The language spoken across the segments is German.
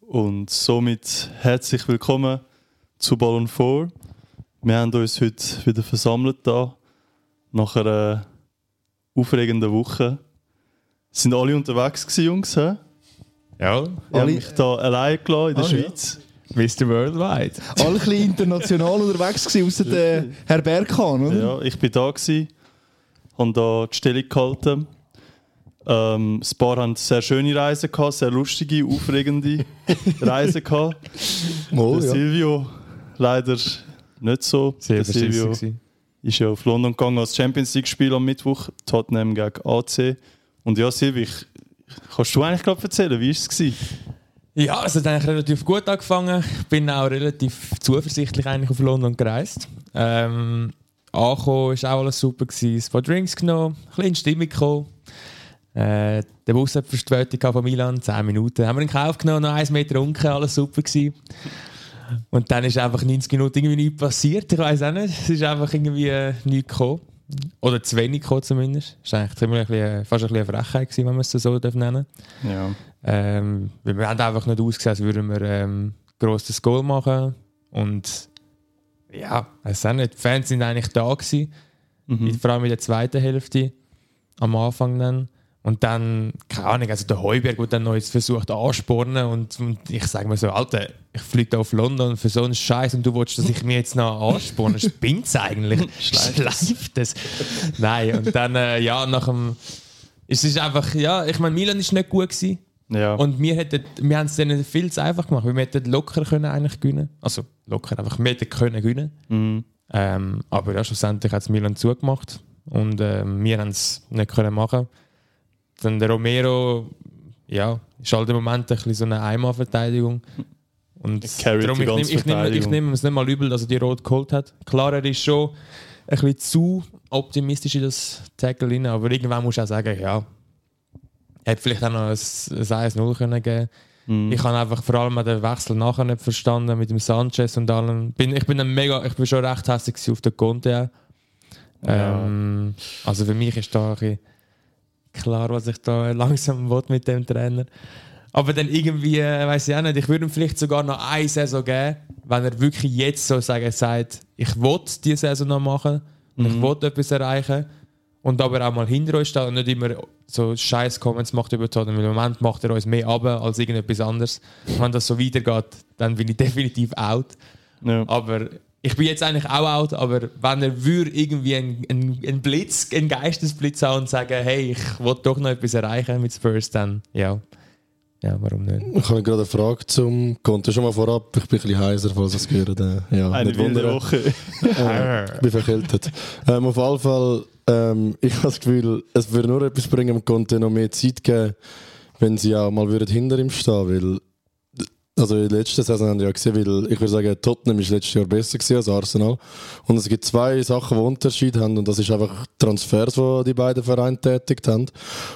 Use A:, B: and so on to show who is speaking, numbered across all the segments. A: Und somit herzlich willkommen zu Ballon 4. Wir haben uns heute wieder versammelt da nach einer aufregenden Woche. Sind alle unterwegs gewesen, Jungs? He?
B: Ja,
A: Ich habe
C: Alle-
A: mich da allein gelassen in der
C: Ah, ja.
A: Schweiz.
B: Mr. Worldwide.
C: Alle ein bisschen international unterwegs gewesen, außer der Herr Bergkan, oder?
A: Ja, ich bin da gsi, habe da die Stellung gehalten. Ähm, ein paar haben sehr schöne Reisen gehabt, sehr lustige, aufregende Reisen gehabt.
D: Oh,
C: Mal,
A: der Silvio leider nicht so.
B: Sehr
A: der Silvio
B: beschissen.
A: ist ja auf London gegangen als Champions League Spiel am Mittwoch, Tottenham gegen AC. Und ja, Silvio, ich, kannst du eigentlich gerade erzählen, wie war es? gewesen?
D: Ja, es hat eigentlich relativ gut angefangen. Ich bin auch relativ zuversichtlich eigentlich auf London gereist. Ähm, angekommen war auch alles super. Gewesen. Ein paar Drinks genommen, ein bisschen in Stimmung gekommen. Äh, der Bus hat Verspätung gehabt von Milan, 10 Minuten. Haben wir in Kauf genommen, noch eins mehr getrunken, alles super. Gewesen. Und dann ist einfach 90 Minuten irgendwie nichts passiert. Ich weiß auch nicht. Es ist einfach irgendwie äh, nichts gekommen. Oder zu wenig gekommen zumindest. Es war eigentlich ziemlich ein bisschen, äh, fast ein bisschen eine Frechheit, gewesen, wenn man es so nennen darf.
A: Ja.
D: Ähm, weil wir haben einfach nicht ausgesehen, als würden wir ähm, gross das Goal machen. Und ja, es auch nicht. Die Fans sind eigentlich da gewesen,
A: Mhm.
D: vor allem in der zweiten Hälfte, am Anfang dann. Und dann, keine Ahnung, also der Heuberg hat dann noch jetzt versucht anspornen und, und ich sage mir so, Alter, ich fliege da auf London für so einen Scheiß und du willst, dass ich mir jetzt noch ansporne. Spinnt's eigentlich? Schleift es? Nein, und dann, äh, ja, nach dem... Es ist einfach, ja, ich meine, Milan war nicht gut. Gewesen.
A: Ja.
D: Und wir, hätten, wir haben es denen viel zu einfach gemacht, weil wir hätten locker können eigentlich gewinnen Also locker, einfach wir hätten können gewinnen
A: mhm.
D: ähm, Aber ja, schlussendlich hat es Milan zugemacht und ähm, wir haben es nicht können machen Dann der Romero, ja, ist halt im Moment ein bisschen so eine Einmalverteidigung. Und
A: Carried die
D: darum, ich, nehm-
A: ganze
D: ich, nehme, ich
A: Verteidigung.
D: nehme es nicht mal übel, dass er die Rot geholt hat. Klar, er ist schon ein bisschen zu optimistisch in das Tackle rein, aber irgendwann muss ich auch sagen, ja, er hätte vielleicht auch noch ein, ein 1-0 können geben
A: Mhm.
D: ich habe einfach vor allem auch den Wechsel nachher nicht verstanden mit dem Sanchez und allem. Bin, ich bin dann mega, ich bin schon recht hässlich gewesen auf den Conte. auch. Ähm, Also für mich ist da ein bisschen klar, was ich da langsam will mit dem Trainer. Aber dann irgendwie, äh, weiß ich auch nicht, ich würde ihm vielleicht sogar noch eine Saison geben, wenn er wirklich jetzt so sagen, sagt, ich will diese Saison noch machen, und ich will etwas erreichen und aber auch mal hinter uns stehen und nicht immer so scheiß Comments macht über Tottenham. Weil Im Moment macht er uns mehr ab als irgendetwas anderes. Und wenn das so weitergeht, dann bin ich definitiv out.
A: ja.
D: Aber ich bin jetzt eigentlich auch out, aber wenn er würde irgendwie einen, einen, einen Blitz, einen Geistesblitz haben und sagen, hey, ich will doch noch etwas erreichen mit Spurs, dann ja. Ja, warum nicht?
E: Ich habe gerade eine Frage zum Konto. Schon mal vorab, ich bin ein bisschen heiser, falls es gehört. Äh, ja,
A: Eine
E: nicht
A: wilde
E: wundern.
A: Woche.
E: Äh, ich bin verkältet. ähm, auf jeden Fall, ähm, ich habe das Gefühl, es würde nur etwas bringen, dem Konto noch mehr Zeit geben, wenn sie auch mal würden hinter ihm stehen weil also in der letzten Saison haben wir ja gesehen, weil ich würde sagen, Tottenham war letztes Jahr besser gewesen als Arsenal. Und es gibt zwei Sachen, die Unterschied haben und das ist einfach Transfers, die die beiden Vereine tätigt haben.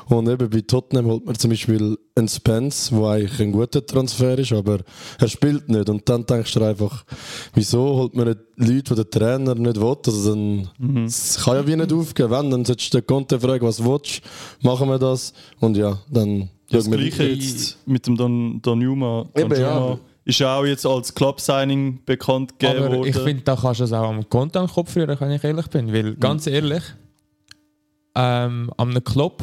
E: Und eben bei Tottenham holt man zum Beispiel einen Spence, der eigentlich ein guter Transfer ist, aber er spielt nicht. Und dann denkst du dir einfach, wieso holt man nicht Leute, die der Trainer nicht will? Also dann,
A: Mhm.
E: es kann ja wie nicht aufgehen. Wenn, dann solltest du den Conte fragen, was willst du? Machen wir das? Und ja, dann...
A: Das
E: schauen wir
A: gleiche
E: weiter.
A: jetzt mit dem Don, Donjuma.
E: Eben,
A: Donjuma
E: ja.
A: ist ja auch jetzt als Club-Signing bekannt gegeben
D: Aber
A: worden.
D: ich finde, da kannst du es auch am Konto an den Kopf rühren, wenn ich ehrlich bin. Weil, ganz ehrlich, ähm, an einem Club,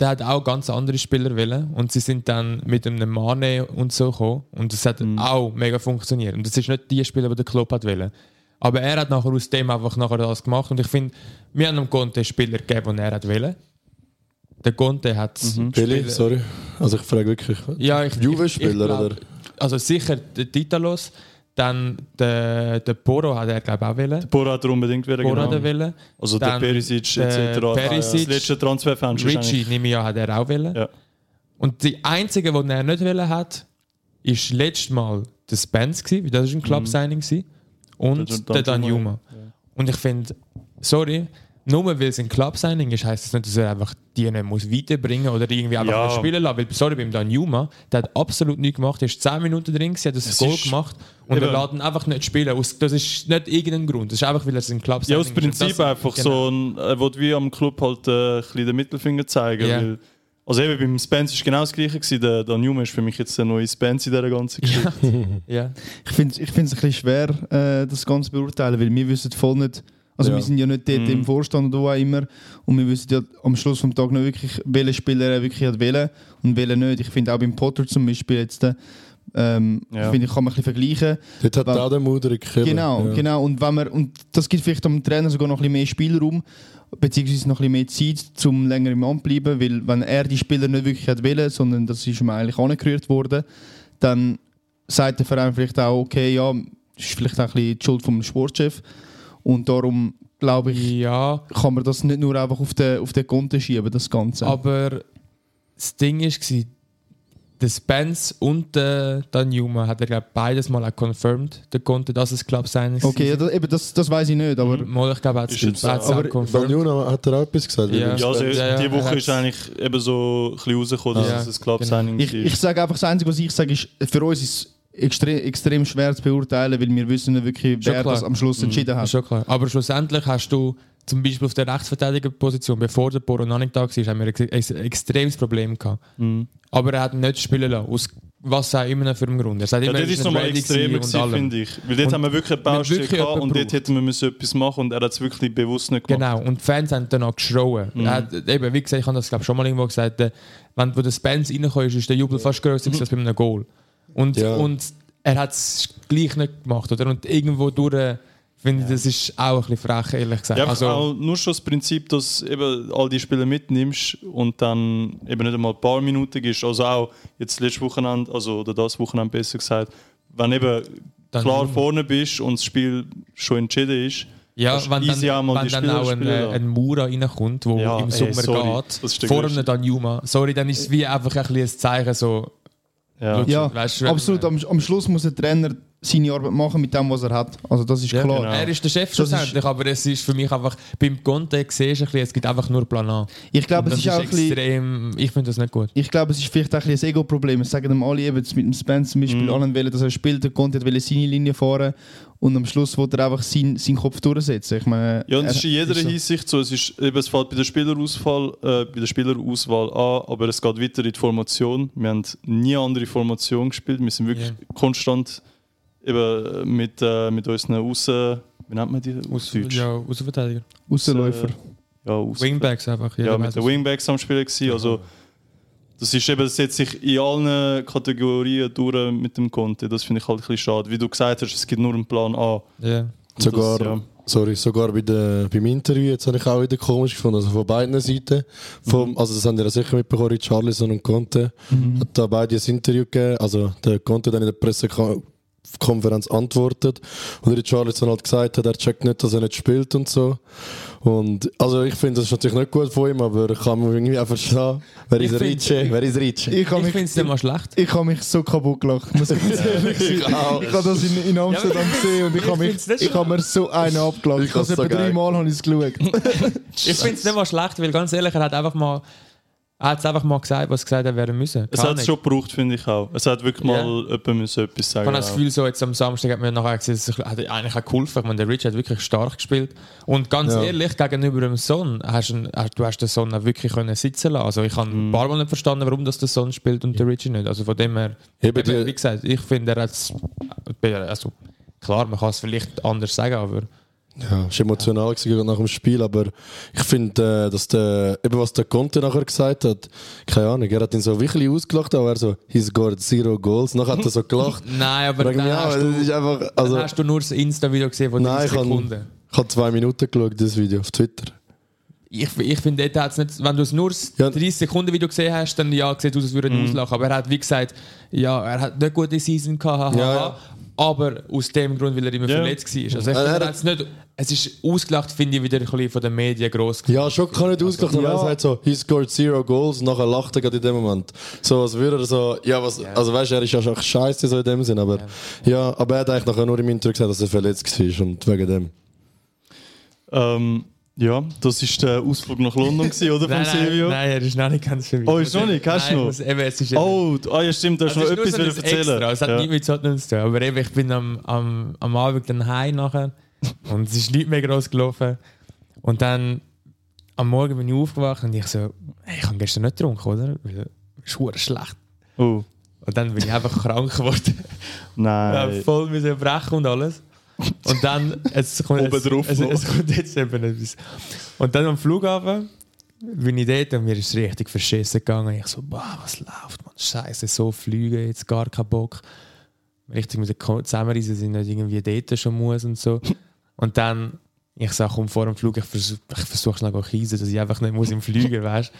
D: der hat auch ganz andere Spieler wollen. Und sie sind dann mit einem Mane und so gekommen. Und das hat auch mega funktioniert. Und das ist nicht die Spieler, die der Club hat wollen. Aber er hat nachher aus dem einfach nachher das gemacht. Und ich finde, wir haben dem Conte Spieler gegeben, die er hat wollen. Der Conte hat
E: Billy, sorry. Also ich frage wirklich.
D: ja, ich,
E: Juve-Spieler, oder?
D: Also sicher der Titalos, dann der, der Poro hat er glaube ich auch wollen.
A: Bora hat er unbedingt wieder
D: Poro
A: genau.
D: hat er wollen.
A: Also
D: Dann
A: der Perisic
D: der
A: etc.
D: Perisic,
A: das letzte Transferfenster ist
D: Richie,
A: eigentlich-
D: nehme ich an, hat er auch wollen.
A: Ja.
D: Und die einzige, die er nicht wollen hat, ist letztes Mal der Spence gewesen, weil das ist ein Club-Signing gewesen. Und
A: Mhm. Der- der
D: der
A: Danjuma.
D: Danjuma. Und ich finde, sorry, nur weil es ein Club-Signing ist, heisst das nicht, dass er einfach die nicht muss weiterbringen oder irgendwie einfach
A: Ja.
D: ja. spielen lassen. Weil, sorry, beim Danjuma, der hat absolut nichts gemacht. Er ist 10 Minuten drin, gewesen, hat das
A: Es
D: Goal
A: ist-
D: gemacht und
A: Eben.
D: er lässt ihn einfach nicht spielen. Aus- Das ist nicht irgendein Grund. Das ist einfach, weil er es ein
A: Ja,
D: Club-Signing
A: aus
D: ist. Und
A: Prinzip
D: das-
A: einfach
D: genau.
A: äh, so, ein, er will wie am Club halt äh, ein bisschen den Mittelfinger zeigen,
D: Ja.
A: weil Also eben beim Spence war genau das gleiche. Gewesen. Der, der Newman ist für mich jetzt der neue Spence in dieser ganzen Geschichte.
D: Ja. ja.
C: Ich finde es ich find's ein bisschen schwer, äh, das Ganze beurteilen, weil wir wissen voll nicht, also
E: Ja.
C: wir sind ja nicht dort
A: Mhm.
C: im Vorstand oder wo auch immer und wir wissen ja am Schluss vom Tag nicht wirklich, welche Spieler er wirklich hat wählen und welche nicht. Ich finde auch beim Potter zum Beispiel jetzt, äh, ähm,
A: Ja.
C: finde ich, kann man ein bisschen vergleichen.
E: Dort hat
C: Weil-
E: auch der Mudrik. eben.
C: Genau,
E: ja.
C: genau. Und, wenn man, und das gibt vielleicht dem Trainer sogar noch ein bisschen mehr Spielraum, beziehungsweise noch ein bisschen mehr Zeit, um länger im Amt zu bleiben, weil wenn er die Spieler nicht wirklich hat wollen, sondern das ist ihm eigentlich angerührt worden, dann sagt der Verein vielleicht auch, okay, ja, das ist vielleicht auch ein bisschen die Schuld vom Sportchef und darum glaube ich,
D: ja,
C: kann man das nicht nur einfach auf den, auf den Konten schieben, das Ganze.
D: aber das Ding war, der Spence und der Dan Newman hat er glaub, beides mal auch confirmed, der Conte, dass es Club sein ist.
C: okay, ja, das, eben, das, das weiß ich nicht, aber
D: Mal, ich glaube, er hat
A: Ist jetzt
D: es er hat's
A: so.
D: auch
E: Aber
D: confirmed.
E: Valjuna hat er auch etwas gesagt.
D: Ja.
E: übrigens.
A: Ja, also
D: Ja, ja,
A: die
D: er
A: Woche
D: hat's-
A: ist eigentlich eben so ein bisschen rausgekommen,
D: Ja, genau.
A: dass es ein Club-Signing
C: Ich, ich sage einfach, das Einzige, was ich sage, ist, für uns ist es extrem, extrem schwer zu beurteilen, weil wir wissen nicht wirklich,
D: Schon
C: wer
D: klar.
C: das am Schluss entschieden
D: Ist
C: hat.
D: schon klar. Aber schlussendlich hast du zum Beispiel auf der Rechtsverteidigerposition, bevor der Boronanik da war, haben wir ein ex- extremes Problem gehabt.
A: Mhm.
D: Aber er hat nicht spielen lassen, aus was auch immer für einen Grund. Er sagt
A: Ja,
D: immer,
A: dort
D: er
A: ist es
D: nicht
A: nochmal
D: ready
A: extremer,
D: gewesen
A: gewesen,
D: allem.
A: finde ich. Weil dort
D: Und
A: haben wir wirklich eine
D: wir haben
A: Baustelle
D: wirklich
A: gehabt und
D: jemanden
A: dort hätten wir müssen etwas machen und er hat es wirklich bewusst nicht gemacht.
D: Genau, und die Fans haben dann auch geschrauen.
A: Mhm.
D: Er hat, eben, wie gesagt, ich habe das glaub, schon mal irgendwo gesagt, äh, wenn du den Spence reinkommst, ist der Jubel fast größer als bei einem Goal. Und,
E: Ja.
D: und er hat es gleich nicht gemacht, oder? Und irgendwo durch, äh, finde ich, das ist auch ein bisschen frech, ehrlich gesagt.
A: Ja, also,
D: also,
A: auch nur schon das Prinzip, dass eben all die Spieler mitnimmst und dann eben nicht einmal ein paar Minuten gibst. Also auch jetzt letztes Wochenende, also oder das Wochenende besser gesagt, wenn eben
D: Dann-
A: klar vorne bist und das Spiel schon entschieden ist,
D: Ja,
A: kannst du
D: wenn dann,
A: easy auch mal
D: wenn
A: die
D: dann
A: Spieler
D: auch ein,
A: spielen
D: äh,
A: lassen.
D: ein Mura reinkommt, der
A: Ja,
D: im
A: ey,
D: Sommer
A: sorry, das ist
D: geht,
A: der
D: vor einem
A: Größte.
D: Danjuma, sorry, dann ist es wie einfach ein, bisschen ein Zeichen so,
A: ja.
C: Ja,
D: Weißt du, wenn-
C: absolut. Am, am Schluss muss der Trainer seine Arbeit machen mit dem, was er hat. Also das ist
D: ja,
C: klar.
A: genau.
D: er ist der Chef
C: Das ist-
D: schlussendlich, aber es ist für mich einfach, beim Conte siehst du ein bisschen, es gibt einfach nur Plan A.
C: Ich glaube, es
D: das
C: ist auch ein bisschen...
D: extrem, ich finde das nicht gut.
C: Ich glaube, es ist vielleicht auch ein, bisschen ein Ego-Problem. Es sagen ihm alle eben, jetzt mit dem Spence zum
D: Mhm.
C: Beispiel, allen wollen, dass er spielt, der Content will seine Linie fahren und am Schluss will er einfach seinen, seinen Kopf durchsetzen. Ich meine,
A: Ja, und es
C: er-
A: ist in jeder
C: so.
A: Hinsicht so. Es, ist, eben, es fällt bei der, Spielerauswahl, äh, bei der Spielerauswahl an, aber es geht weiter in die Formation. Wir haben nie eine andere Formation gespielt. Wir sind wirklich konstant eben mit, äh, mit unseren Außen... Wie nennt man die?
D: Aus,
A: Deutsch.
D: ja, Außenverteidiger.
C: Außenläufer.
A: Äh, ja, Aussen-
D: Wingbacks einfach. jeder
A: ja,
D: weiß
A: mit den
D: was.
A: Wingbacks am Spielen gewesen. Also, das ist eben, das setzt sich in allen Kategorien durch mit dem Conte. Das finde ich halt ein bisschen schade. Wie du gesagt hast, es gibt nur einen Plan A. Und
D: Ja.
E: Sogar,
A: Das, ja.
E: sorry, sogar bei der, beim Interview jetzt habe ich auch wieder komisch gefunden, also von beiden Seiten. Vom, also das haben wir ja sicher mitbekommen, Richarlison und Conte. Hat da beide ein Interview gegeben, also der Conte dann in der Pressekonferenz antwortet und Richarlison hat gesagt, hat, er checkt nicht, dass er nicht spielt und so. Und also ich finde, das ist natürlich nicht gut von ihm, aber ich kann mir irgendwie auch verstehen, wer
D: Ich
E: ist
D: find's-
E: Ricci, wer ist Ricci.
C: Ich habe
D: Ich
C: mich,
D: finde es nicht mal schlecht.
C: ich habe mich so kaputt gelacht. Muss ich ganz ehrlich sein. Ich habe das in, in Amsterdam gesehen und ich habe mich-
D: find's nicht
C: ich habe mir so einen Also abgelacht.
E: Ich
C: Ich habe es
E: hab's so
C: etwa
E: geil.
C: dreimal habe ich es geschaut.
D: Ich finde es nicht mal schlecht, weil ganz ehrlich, er hat einfach mal, er hat's einfach mal gesagt, was gesagt hat, werden müssen.
A: Es
D: Keine
A: hat es
D: Ahnung.
A: schon gebraucht, finde ich auch. Es hat wirklich
D: Ja.
A: mal jemand müssen etwas sagen
D: Ich habe das
A: auch.
D: Gefühl, so jetzt am Samstag hat man nachher gesehen, es hat eigentlich auch geholfen. Ich meine, der Rich hat wirklich stark gespielt. Und ganz
E: Ja.
D: ehrlich, gegenüber dem Son, hast du, ihn- hast, du hast den Son auch wirklich können sitzen lassen. Also ich habe
E: Mhm.
D: ein paar Mal nicht verstanden, warum das der Son spielt und der Richie nicht. Also von dem her,
E: Eben
D: eben,
E: die-
D: wie gesagt, ich finde, er hat es, also klar, man kann es vielleicht anders sagen, aber
E: Ja, es war emotional gewesen nach dem Spiel, aber ich finde, äh, dass der, eben was der Conte nachher gesagt hat, keine Ahnung, er hat ihn so wirklich ausgelacht, aber er so, he's got zero goals, nachher hat er so gelacht.
D: nein, aber
E: Frag
D: dann
E: mich auch,
D: hast,
E: das ist
D: du,
E: einfach,
D: also,
E: also,
D: dann hast du nur das Insta-Video gesehen von
E: nein,
D: 30
E: ich habe
D: Sekunden.
E: ich hab zwei Minuten geschaut, das Video auf Twitter.
D: Ich, ich finde, dort hat's nicht, wenn du es nur das
E: Ja. Mhm.
D: 30 Sekunden Video gesehen hast, dann ja, sieht aus, als würde er auslachen. Aber er hat wie gesagt, ja, er hat nicht gute Season gehabt, haha,
E: Ja, ja.
D: aber aus dem Grund, weil er immer
A: Ja.
D: verletzt war. Also ich
E: Ja,
D: finde,
E: er
D: er
E: hat-
D: hat's nicht, es ist ausgelacht, finde ich, wieder ein bisschen von den Medien gross.
E: Ja, schon kann nicht ausgelacht, aber er sagt so, he's scored zero goals, nachher lacht er gerade in dem Moment. So, als würde er so, ja, was, also weißt du, er ist ja schon scheiße so in dem Sinn, aber, ja. aber er hat eigentlich nachher nur im Interview gesagt, dass er verletzt war und wegen dem.
A: Ähm, ja, das war der Ausflug nach London, gewesen, oder?
D: Nein,
A: vom
D: nein,
A: Silvio?
D: nein, er ist noch nicht ganz für mich.
A: Oh, ist noch nicht? Hast du
D: Nein,
A: noch?
D: ich muss Eben, es ist eben-
A: Oh, d- ah, ja, stimmt, da hast du
D: Also Es
A: noch
D: ist nur
A: etwas
D: so ein
A: wollen erzählen
D: Extra. Es hat
A: ja.
D: nichts mit Tottenham zu tun. Aber eben, ich bin am, am, am Abend dann heim nachher und es ist nicht mehr groß gelaufen. Und dann am Morgen bin ich aufgewacht und ich so, hey, ich habe gestern nicht getrunken, oder? Weil es war schlecht.
A: Oh,
D: Und dann bin ich einfach krank geworden. Ja,
A: nein.
D: voll müssen brechen und alles. Und dann, es kommt, jetzt,
A: Obendrauf
D: es,
A: noch.
D: es kommt jetzt eben etwas. Und dann am Flughafen bin ich dort und mir ist es richtig verschissen gegangen. Ich so, boah, was läuft, man, scheiße, so fliegen, jetzt gar keinen Bock. Richtig mit zusammenreisen, dass ich nicht irgendwie dort schon muss und so. Und dann, ich sage, komm, vor dem Flug, ich versuche ich versuch schnell zu kiesen, dass ich einfach nicht muss im Flieger, weißt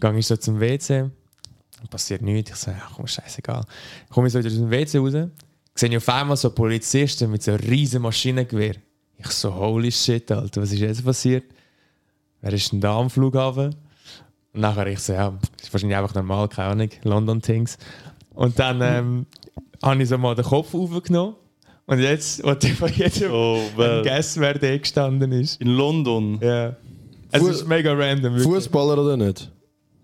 D: du. Gehe ich so zum WC, passiert nichts. Ich sage, komm, scheißegal. Komme ich so wieder aus dem WC raus sehe ich auf einmal so Polizisten mit so einem riesen Maschinengewehr. Ich so, holy shit, Alter, was ist jetzt passiert? Wer ist denn da am Flughafen? Und nachher ich so, ja, ist wahrscheinlich einfach normal, keine Ahnung, London-Things. Und dann ähm, habe ich so mal den Kopf aufgenommen und jetzt wollte ich von jedem
A: Oh,
D: well.
A: well.
D: wer da gestanden ist.
A: In London.
D: Ja. Es
E: Fu-
D: ist mega random. wirklich.
E: Fußballer oder nicht?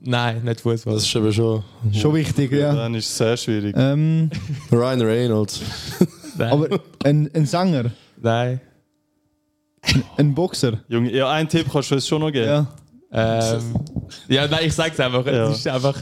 D: Nein, nicht Fußball.
E: Das ist eben schon.
C: Schon wichtig, ja.
A: Dann ist es sehr schwierig.
C: Ähm,
E: Ryan Reynolds.
D: Nein.
C: aber ein, ein Sänger,
D: Nein.
C: ein Boxer.
A: Junge, ja, einen Tipp kannst du uns schon noch geben.
C: Ja.
D: Ähm, ja, nein, ich sag's einfach.
A: Ja.
D: Es ist einfach.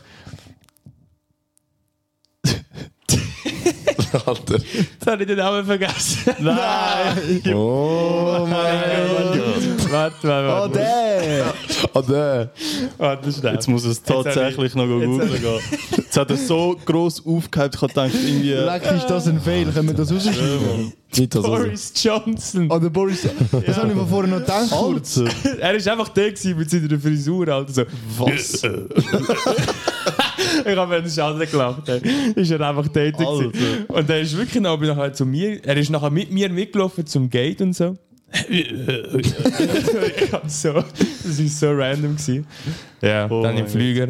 E: Alter.
D: Jetzt habe ich den Namen vergessen.
A: Nein!
E: Oh mein Gott.
D: warte, warte, warte.
C: der!
E: Oh, der.
D: warte schnell.
A: Jetzt muss es
D: hab ich-
A: tatsächlich noch googeln
D: jetzt
A: gehen. Jetzt hat er so gross aufgehypt, ich habe gedacht, irgendwie. äh,
C: Leck, ist das ein Fail? Können wir das rausschreiben?
E: Nicht das. Also.
D: Boris Johnson.
C: Oder Boris, das habe ich mir vorher noch gedacht. kurz.
A: Alter!
D: Er ist einfach der gewesen mit seiner Frisur, Alter. So.
A: Was?
D: Ich habe mir den Schaden gelacht. ey. Ist er einfach der gewesen.
A: Alter.
D: Und er ist wirklich noch nachher zu mir. Er ist nachher mit mir mitgelaufen zum Gate und so. Ich hab so. Das ist so random gewesen. Ja.
A: Oh
D: dann
A: mein
D: im Flüger.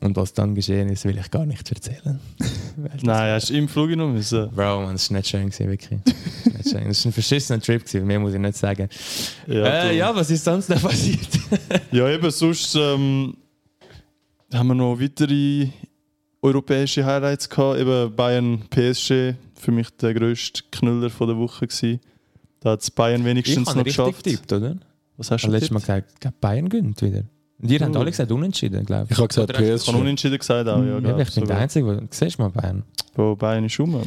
D: Und was dann geschehen ist, will ich gar nicht erzählen.
A: Nein, hast du im Flug noch müssen.
D: Bro, man, das war nicht schön, gewesen, wirklich. Das war nicht schön. Das war ein verschissener Trip, gewesen, mehr muss ich nicht sagen.
A: Ja,
D: Äh,
A: du-
D: ja, was ist sonst noch passiert?
A: ja, eben, sonst ähm, haben wir noch weitere europäische Highlights gehabt. Eben Bayern PSG, für mich der grösste Knüller von der Woche. Gewesen. Da hat es Bayern wenigstens noch geschafft.
D: getippt, oder?
A: Was hast
D: Ich
A: du
D: letztes Mal
A: getippt?
D: gesagt, glaub, Bayern gewinnt wieder. Und ihr habt alle gesagt, unentschieden, glaube ich.
E: Ich habe gesagt,
A: Ich habe
E: PSG.
A: unentschieden gesagt auch, ja.
C: Mhm.
D: Ja,
A: glaub,
D: ich bin der
A: sogar.
D: Einzige, der... Siehst du mal Bayern?
A: Bro, Bayern ist rum.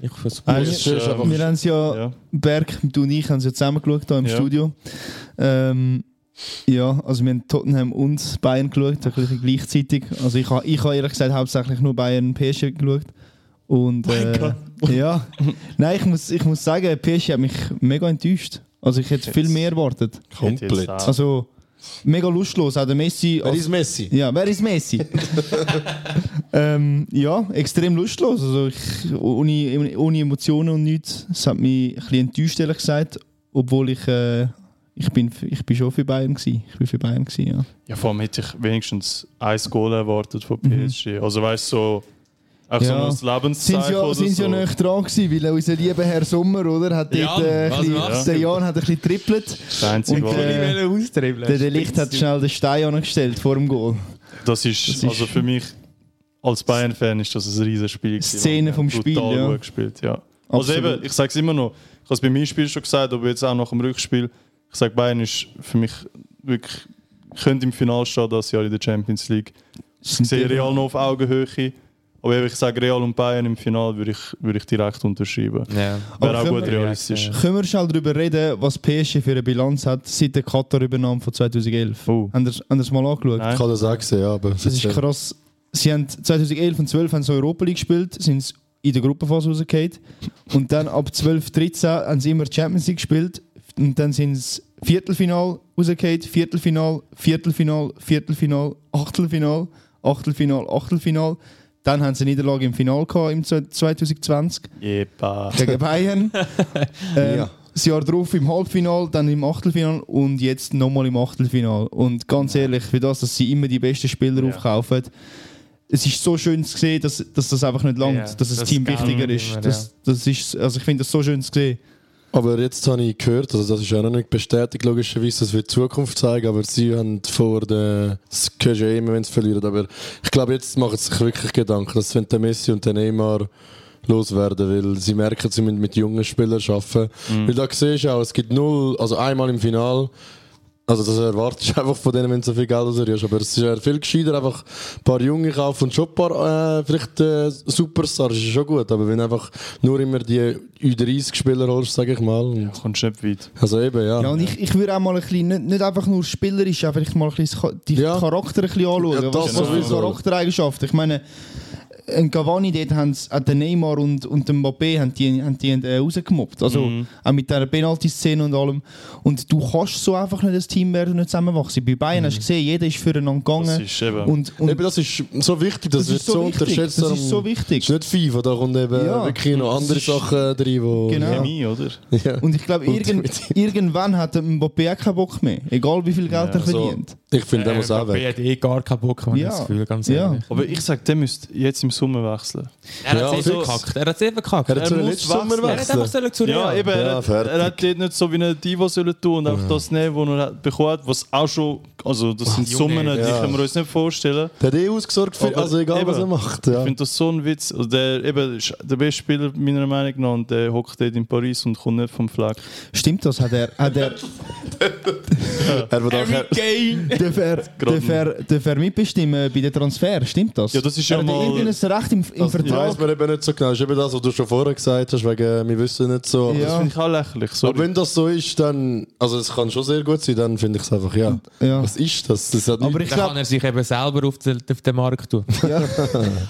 D: Ich versuche...
E: PSG ist
A: Ähm,
E: einfach.
C: Wir haben es ja,
A: Ja.
C: Berg, du und ich haben es ja zusammen geschaut hier im
A: Ja.
C: Studio. Ähm, ja, also wir haben Tottenham und Bayern geschaut, ein bisschen gleichzeitig. Also ich habe ich ha ehrlich gesagt hauptsächlich nur Bayern und PSG geschaut. Und äh, ja, nein, ich muss, ich muss sagen, PSG hat mich mega enttäuscht. Also ich hätte viel mehr erwartet.
E: Komplett.
A: Also,
C: Also mega lustlos, auch der Messi.
E: Wer
C: als-
E: ist Messi?
C: ja, wer ist Messi? ähm, ja, extrem lustlos. Also ich, ohne, ohne Emotionen und nichts. Es hat mich ein bisschen enttäuscht, ehrlich gesagt. Obwohl ich, äh, ich, bin, f- ich bin schon für Bayern gsi. Ich bin für Bayern gsi, ja.
A: ja, vor allem hätte ich wenigstens ein Goal erwartet von PSG. Also weißt du, so, auch so
C: Mhm. Ja.
A: noch das
C: Sind
A: Lebenszeichen
C: sie ja,
A: oder
C: sind sie
A: so.
C: ja nicht dran gewesen, weil unser lieber Herr Sommer, oder, hat
D: Ja,
C: dort, äh, ein
D: was
C: bisschen,
D: machst
C: der Jan hat ein bisschen trippelt.
A: Das Einzige,
C: Und,
A: was-
C: äh, Der, der Licht hat schnell den Stein angestellt vor dem Goal.
A: Das ist,
C: ist-
A: also für mich als Bayern-Fan ist das ein riesiges Spiel. gewesen.
C: Szene
A: Wir
C: vom
A: haben
C: Spiel,
A: brutal
C: ja.
A: gut gespielt, ja. Also
C: Absolut.
A: eben, ich sage es immer noch, ich habe es bei meinem Spiel schon gesagt, aber jetzt auch nach dem Rückspiel. Ich sage, Bayern ist für mich wirklich, könnte im Finale stehen, das Jahr in der Champions League. Ich sehe Real noch auf Augenhöhe, aber eben, ich sage, Real und Bayern im Finale würde ich, würde ich direkt unterschreiben.
D: Ja.
A: Wäre auch
C: können
A: gut
D: wir-
A: realistisch.
C: Können wir schnell darüber reden, was PSG für eine Bilanz hat seit der Katar-Übernahme von 2011?
A: Oh.
C: Haben Sie haben Sie es mal angeschaut?
A: Nein.
E: Ich habe das auch gesehen, ja, aber.
C: Das ist krass. Sie haben 2011 und 12 haben sie Europa League gespielt, sind sie in der Gruppenphase rausgefallen. Und dann ab 12, 13 haben sie immer Champions League gespielt. Und dann sind sie Viertelfinal rausgefallen, Viertelfinal, Viertelfinal, Viertelfinal, Achtelfinal, Achtelfinal, Achtelfinal. Dann haben sie eine Niederlage im Final gehabt im 2020
A: Jepa.
C: gegen Bayern. ähm,
E: Ja.
C: Das Jahr drauf im Halbfinal, dann im Achtelfinal und jetzt nochmal im Achtelfinal. Und ganz ehrlich, für das, dass sie immer die besten Spieler
A: Ja.
C: aufkaufen, es ist so schön zu sehen, dass, dass das einfach nicht langt,
D: Ja,
C: dass das,
D: das
C: Team
D: geht
C: wichtiger
D: nicht
C: ist.
D: immer, ja.
C: das, das ist. Also ich finde das so schön zu sehen.
E: Aber jetzt habe ich gehört, also das ist ja noch nicht bestätigt, logischerweise, das wird die Zukunft zeigen, aber sie haben vor der. Das hörst du ja immer, wenn sie verlieren. Aber ich glaube, jetzt machen sie sich wirklich Gedanken, dass wenn der Messi und der Neymar loswerden, weil sie merken, sie müssen mit jungen Spielern arbeiten. Weil da siehst du auch, es gibt null, also einmal im Final Also das erwartest du einfach von denen, wenn du so viel Geld ausrührst. Aber es wäre viel gescheiter, einfach ein paar Junge kaufen und schon ein paar äh, vielleicht äh, Superstars, ist schon gut. Aber wenn du einfach nur immer die U30-Spieler holst, sage ich mal. und-
A: Du kommst nicht weit.
E: Also eben, ja.
C: Ja, und ich, ich würde auch mal ein bisschen, nicht, nicht einfach nur spielerisch, aber vielleicht mal ein bisschen das Cha- die
E: Ja.
C: Charakter ein bisschen anschauen.
E: Ja, das
C: was was für
E: sowieso.
C: Charaktereigenschaften? Ich meine, ein Cavani dort haben sie, hat der Neymar und, und den Mbappé haben die, haben die äh, rausgemobbt. Also
E: Mhm.
C: auch mit dieser Penalty-Szene und allem. Und du kannst so einfach nicht ein Team werden und nicht zusammenwachsen. Bei
E: Mhm.
C: Bayern hast du gesehen, jeder ist füreinander
A: Das
C: gegangen.
A: ist eben.
C: Und, und
E: ähm, eben, das ist ähm, so wichtig, das, wird so,
C: wichtig.
E: unterschätzt.
C: Das ist so
E: darum-
C: wichtig.
E: Es ist nicht FIFA, da kommt eben
C: Ja.
E: wirklich noch
C: Das
E: andere
C: ist-
E: Sachen rein, die...
C: Genau.
A: Chemie, oder?
E: Ja.
C: Und ich glaube,
E: Und
C: irgend,
E: mit-
C: irgendwann hat der Mbappé auch keinen Bock mehr. Egal wie viel Geld er
E: also-
C: verdient.
E: Ich finde,
A: Äh,
E: der muss auch weg.
D: hat eh gar keinen Bock, man
C: Ja.
D: das Gefühl, ganz
C: Ja.
D: ehrlich.
A: Aber ich sage, der müsste jetzt im Sommer wechseln.
D: Er
E: Ja,
D: hat es eh
E: fix.
D: verkackt. Er hat es eh verkackt.
E: Er hat
A: Er
E: sollen
A: muss
E: letzten Sommer
A: wechseln.
D: Er hat einfach
E: wechseln.
D: sollen zu
A: Ja,
D: Real.
A: eben.
E: Ja,
A: Er, hat,
E: fertig.
A: er hat dort nicht so wie ein Divo sollen tun und einfach das nehmen, was er hat- bekommen hat. Was auch schon. Also, das sind
D: Junge,
A: Summen, die
E: ja.
A: können wir uns nicht vorstellen.
E: Der hat eh ausgesorgt für...
A: Aber
E: also egal, was er
A: eben.
E: macht.
A: Ich
E: Ja.
A: finde das so ein Witz. Also der, eben, ist der beste Spieler meiner Meinung nach und der hockt dort in Paris und kommt nicht vom Fleck.
C: Stimmt das? Hat er, hat er,
E: Er wird auch...
C: Darf er, darf er, darf er mitbestimmen bei den Transfer? Stimmt das?
A: Ja, das ist
C: Er
A: ja
C: hat
A: mal- Also,
C: irgendein Recht im, im
E: Ich
C: Vertrag.
E: weiß man eben nicht so genau. Das ist eben das, was du schon vorher gesagt hast, wegen wir wissen nicht so. Aber,
A: Das
C: Ja.
A: finde ich auch lächerlich.
E: aber
A: Sorry.
E: wenn das so ist, dann. Also es kann schon sehr gut sein, dann finde ich es einfach, ja.
C: Ja.
E: Was ist das? Das hat
C: Aber
E: nichts-
C: ich
D: Dann kann
C: glaube,
D: er sich eben selber auf den, auf den Markt tun.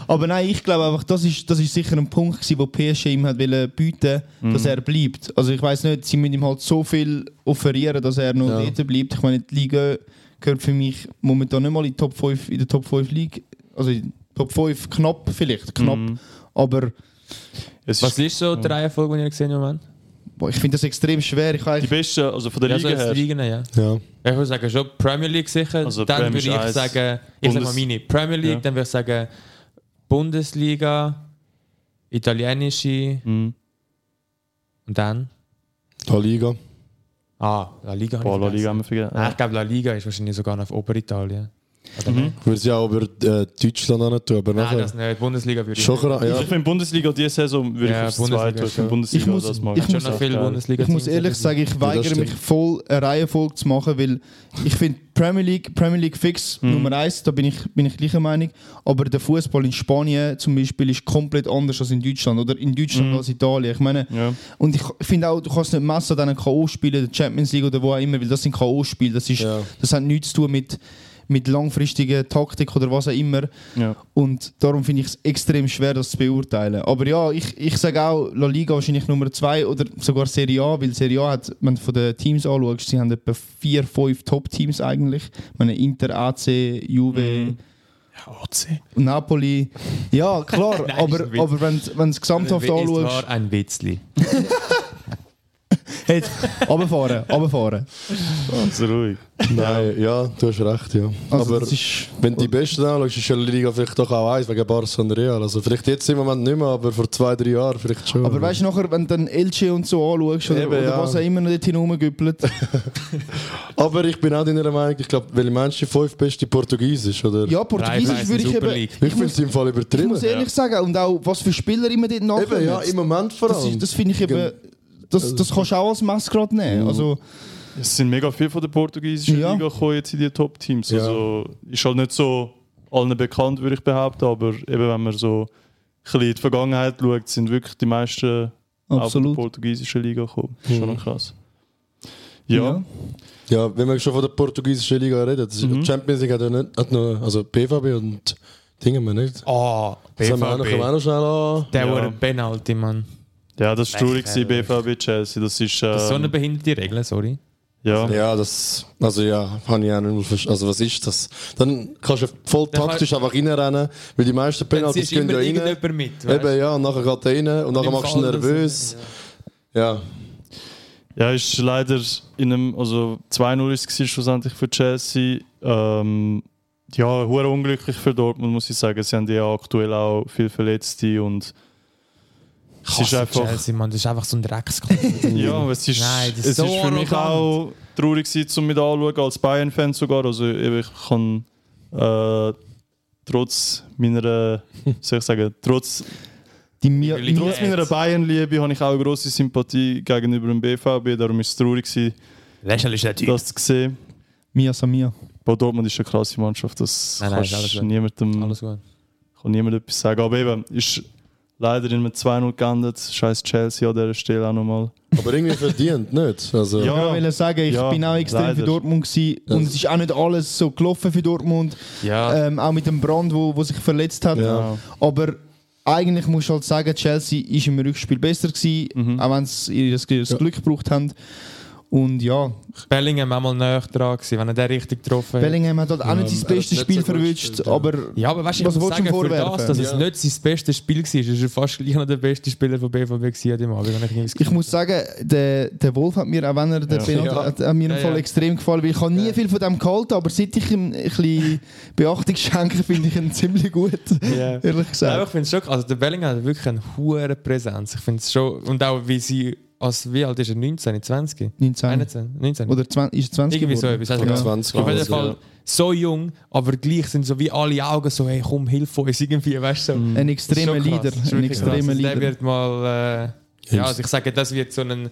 C: aber nein, ich glaube einfach, das ist, das ist sicher ein Punkt gewesen, wo PSG ihm hat wollen bieten,
A: Mhm.
C: dass er bleibt. Also ich weiß nicht, sie müssen ihm halt so viel offerieren, dass er noch
E: Ja.
C: dort bleibt. Ich meine, die Liga gehört für mich momentan nicht mal in die Top 5, in der Top 5 Liga. Also in die Top 5 knapp vielleicht, knapp.
A: Mhm.
C: Aber
A: Es
D: Was
A: ist
D: ist so die Reihenfolge, die ihr gesehen habt? Mann?
C: boah, ich finde das extrem schwer. Ich
A: die
C: weiß,
A: beste, also von der
D: Ja, so
A: Liga
D: jetzt
A: her.
D: die Liga, ja.
E: ja.
D: Ich würde sagen, schon Premier League sicher.
A: Also
D: dann
A: Premier
D: würde
A: ist
D: ich
A: eins.
D: sagen, ich sage mal
A: Bundes-
D: meine Premier League,
A: Ja.
D: dann würde ich sagen Bundesliga, italienische
A: Mhm.
D: und dann?
E: La Liga.
D: Ah, La Liga. habe ich
A: Boah, La
D: vergessen.
A: Liga haben wir vergessen.
D: Nein, ich glaube, La Liga ist wahrscheinlich sogar noch auf Oberitalien. Oder
A: Mhm.
D: nicht?
E: Ich würde es ja auch über äh, Deutschland auch nicht tun, aber
D: Nein,
E: nachher.
D: das nicht. Bundesliga würde ich
E: schon krass,
A: Also
E: ja.
A: ich finde Bundesliga diese Saison würde
D: Ja,
A: ich aufs
D: Bundesliga
A: Zweite tun. Ich
D: schon.
A: finde Bundesliga
C: Ich muss-
A: das mal.
C: ich
D: schon
C: muss
D: noch viele Bundesliga
C: Ich muss ehrlich sagen, ich weigere mich
E: stimmt.
C: voll, eine Reihenfolge zu machen, weil ich finde Premier League, Premier League fix
E: Mhm.
C: Nummer eins, da bin ich, bin ich gleicher Meinung. Aber der Fußball in Spanien zum Beispiel ist komplett anders als in Deutschland oder in
E: Mhm.
C: Deutschland als Italien. Ich meine,
A: Ja.
C: und ich finde auch, du kannst nicht messen an den K.O.-Spielen, der Champions League oder wo auch immer, weil das sind K.O.-Spiele. Das, ist,
E: Ja.
C: das hat nichts zu tun mit, mit langfristiger Taktik oder was auch immer.
A: Ja.
C: Und darum finde ich es extrem schwer, das zu beurteilen. Aber ja, ich, ich sage auch La Liga wahrscheinlich Nummer 2 oder sogar Serie A, weil Serie A hat, wenn du von den Teams anschaust, sie haben etwa vier, fünf Top-Teams eigentlich. Ich meine Inter, AC, Juve,
D: Mhm.
C: Napoli. Ja, klar,
D: Nein, ist
C: aber,
D: ein Witz.
C: aber wenn du es gesamthaft
D: sagen. Es
C: anschaust.
D: war ein Witzli.
C: Hey, runterfahren, runterfahren.
A: Ganz ruhig.
E: Nein, ja, du hast recht, ja.
C: Also
E: aber
C: das ist,
E: wenn du die Besten anschaust, ist ja La Liga vielleicht doch auch eins, wegen Barca und Real. Also vielleicht jetzt im Moment nicht mehr, aber vor zwei, drei Jahren vielleicht schon.
C: aber weißt du, nachher, wenn du dann Elche und so anschaust oder,
E: Eben,
C: oder
E: ja.
C: was auch immer noch dort hinumgüppelt.
E: aber ich bin auch deiner Meinung, ich glaube, welche meinst du die fünf beste Portugiesisch, oder?
C: Ja, Portugiesisch
D: Raiffeisen
C: würde ich
D: Super
C: eben.
D: League.
E: Ich finde es im Fall
C: Ich
E: übertrieben.
C: muss ehrlich sagen, und auch was für Spieler immer dort nachkommen.
E: Eben, ja, im Moment vor
C: Das,
E: allem.
C: ist- das finde ich eben.
E: Also-
C: Das, das kannst du auch als Messgrad
E: Mhm.
C: nehmen. Also,
A: Es sind mega viele von der portugiesischen
C: Ja.
A: Liga gekommen jetzt in die Top-Teams.
E: Ja.
A: Also ist halt nicht so allen bekannt, würde ich behaupten, aber eben wenn man so ein bisschen in die Vergangenheit schaut, sind wirklich die meisten aus der
C: absolut.
A: portugiesischen Liga gekommen. Ist Schon
E: Mhm.
A: noch krass. Ja,
E: ja, wenn wir schon von der portugiesischen Liga reden, das
A: Mhm.
E: die Champions League hat ja nicht, hat nur, also PVB und Dinge wir nicht.
D: Ah,
E: Das haben wir auch noch, können wir auch
D: BVB.
E: noch schnell an.
D: Der
A: Ja.
D: war ein Penalty, Mann.
A: ja das war traurig,
D: Nein,
A: gewesen, BVB Chelsea. Das ist,
D: Das ist so
A: ähm,
D: eine behinderte Regel, sorry.
A: ja.
E: Ja, das, also ja, habe ich auch nicht mehr verstanden. Also was ist das? Dann kannst du voll
D: Dann halt
E: taktisch einfach reinrennen, weil die meisten
D: Dann
E: Penaltys
D: ziehst
E: gehen
D: immer
E: ja rein.
D: irgendjemand mit. weißt du?
E: Eben, ja, und nachher geht er rein und nachher
D: Im
E: machst du ihn
D: Fall, dass-
E: nervös. Ja,
A: Ja, ist leider in einem, also 2-0 ist es gewesen schlussendlich für Chelsea. Ähm, ja, hure unglücklich für Dortmund, muss ich sagen. Sie haben ja aktuell auch viel Verletzte und es ist
D: Hasse
A: einfach.
D: Chelsea, Mann, das ist einfach so ein Drecksklub.
A: Ja, aber es ist,
D: Nein, das ist
A: es
D: so
A: ist für mich
D: arrogant.
A: auch traurig gewesen, um mit anzuschauen, als Bayern-Fan sogar. Also eben, ich kann äh, trotz meiner, wie soll ich sagen, trotz,
C: Die mir,
D: Überlegt.
C: mir,
A: trotz meiner Bayern-Liebe habe ich auch eine grosse Sympathie gegenüber dem BVB. Darum ist es traurig gewesen,
D: Lächerlich der Typ.
A: das zu sehen.
C: Mia Samia.
A: Bo Dortmund ist eine krasse Mannschaft, das
D: Nein, nein,
A: kannst
D: ist alles gut.
A: niemandem,
D: Alles gut.
A: kann niemand etwas sagen. Aber eben, ist leider in einem 2-0 geendet. Scheiß Chelsea an dieser Stelle auch nochmal.
E: Aber irgendwie verdient, nicht? Also,
A: Ja.
C: Ich wollte sagen, ich
A: Ja,
C: bin auch extrem
A: leider.
C: für Dortmund gewesen. und
E: Ja.
C: es ist auch nicht alles so gelaufen für Dortmund.
D: Ja,
A: Ah.
C: Ähm, auch mit dem Brand, wo, wo sich verletzt hat.
E: Ja.
C: Aber eigentlich muss ich halt sagen, Chelsea ist im Rückspiel besser gewesen,
A: Mhm.
C: auch wenn sie ihr das ihr das
E: Ja.
C: Glück gebraucht haben. Und ja,
D: Bellingham auch mal näher dran gewesen, wenn er den richtig getroffen hat.
C: Bellingham hat halt auch nicht
E: Ja, er
C: sein
E: hat
C: bestes
E: nicht
C: Spiel
E: so gut
C: verwünscht,
E: gespielt, ja.
C: aber
D: Ja, aber weißt du, ich
C: Was
D: muss
C: willst du
D: sagen,
C: ihm
D: für
C: vorwerfen?
D: das, dass es
E: Ja.
D: nicht sein bestes Spiel war, ist er fast gleich noch der beste Spieler von BVB gewesen an dem Abend, wenn ich nicht das
C: Ich
D: Gefühl
C: muss sagen, der, der Wolf hat mir, auch wenn er den
A: Ja.
C: Penalty
E: Ja.
C: hat, hat mir
D: Ja,
C: im Fall
D: ja.
C: extrem gefallen, weil ich habe nie viel von dem gehalten, aber seit ich ihm ein bisschen Beachtung schenke, finde ich ihn ziemlich gut,
D: Ja.
C: ehrlich
D: Nein, aber
C: gesagt.
D: ich finde es schon, also der Bellingham hat wirklich eine hohe Präsenz. Ich finde es schon, und auch wie sie, als wie alt ist er, 19, 20?
C: 19
D: 21, 19?
C: oder 20, ist er 20
D: Irgendwie so
C: geworden?
D: etwas. Also,
E: Ja.
D: ja.
E: 20
D: Auf jeden
E: also,
D: Fall
E: ja.
D: so jung, aber gleich sind so wie alle Augen so, hey komm, hilf uns irgendwie, weißt du. So.
C: Ein
D: Das ist
C: extremer
D: schon krass.
C: Leader.
D: Das ist
C: Ein
D: wirklich krass.
C: extremer
D: Also Der
C: Leader.
D: wird mal, äh, ja,
E: Hilfs-
D: also ich sage, das wird so ein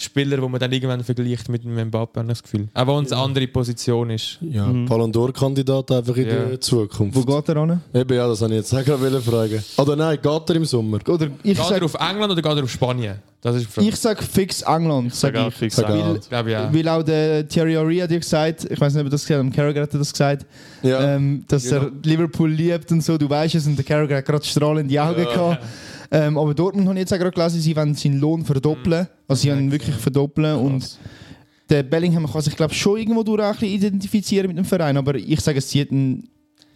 D: Spieler, wo man dann irgendwann vergleicht mit einem Mbappe, habe ich das Gefühl. Auch wenn es eine andere Position ist.
E: ja. Ballon d'Or-Kandidat einfach in
D: Ja.
E: der Zukunft.
C: Wo geht er hin?
E: Eben, ja, das wollte ich jetzt auch gerade fragen. Oder nein, geht er im Sommer?
C: Oder ich
D: Geht er
C: sage
D: auf England oder geht er auf Spanien? Das ist die Frage.
C: ich sag fix England, sag
A: Sag auch
C: ich.
A: fix
E: Sag
A: auch.
E: auch.
D: glaube ja.
C: Weil auch der Thierry Henry hat ja gesagt, ich weiß nicht, ob er das gesagt hat, Carragher hat das gesagt,
E: Ja.
C: ähm, dass er
A: Genau.
C: Liverpool liebt und so, du weißt es, und der Carragher hat gerade strahlende Augen gehabt. Ähm, aber Dortmund habe ich jetzt auch gerade gelesen, sie wollen seinen Lohn verdoppeln.
A: Mhm.
C: Also sie haben ihn wirklich verdoppeln und der Bellingham kann sich glaube ich schon irgendwo durch auch ein bisschen identifizieren mit dem Verein, aber ich sage, es zieht ihn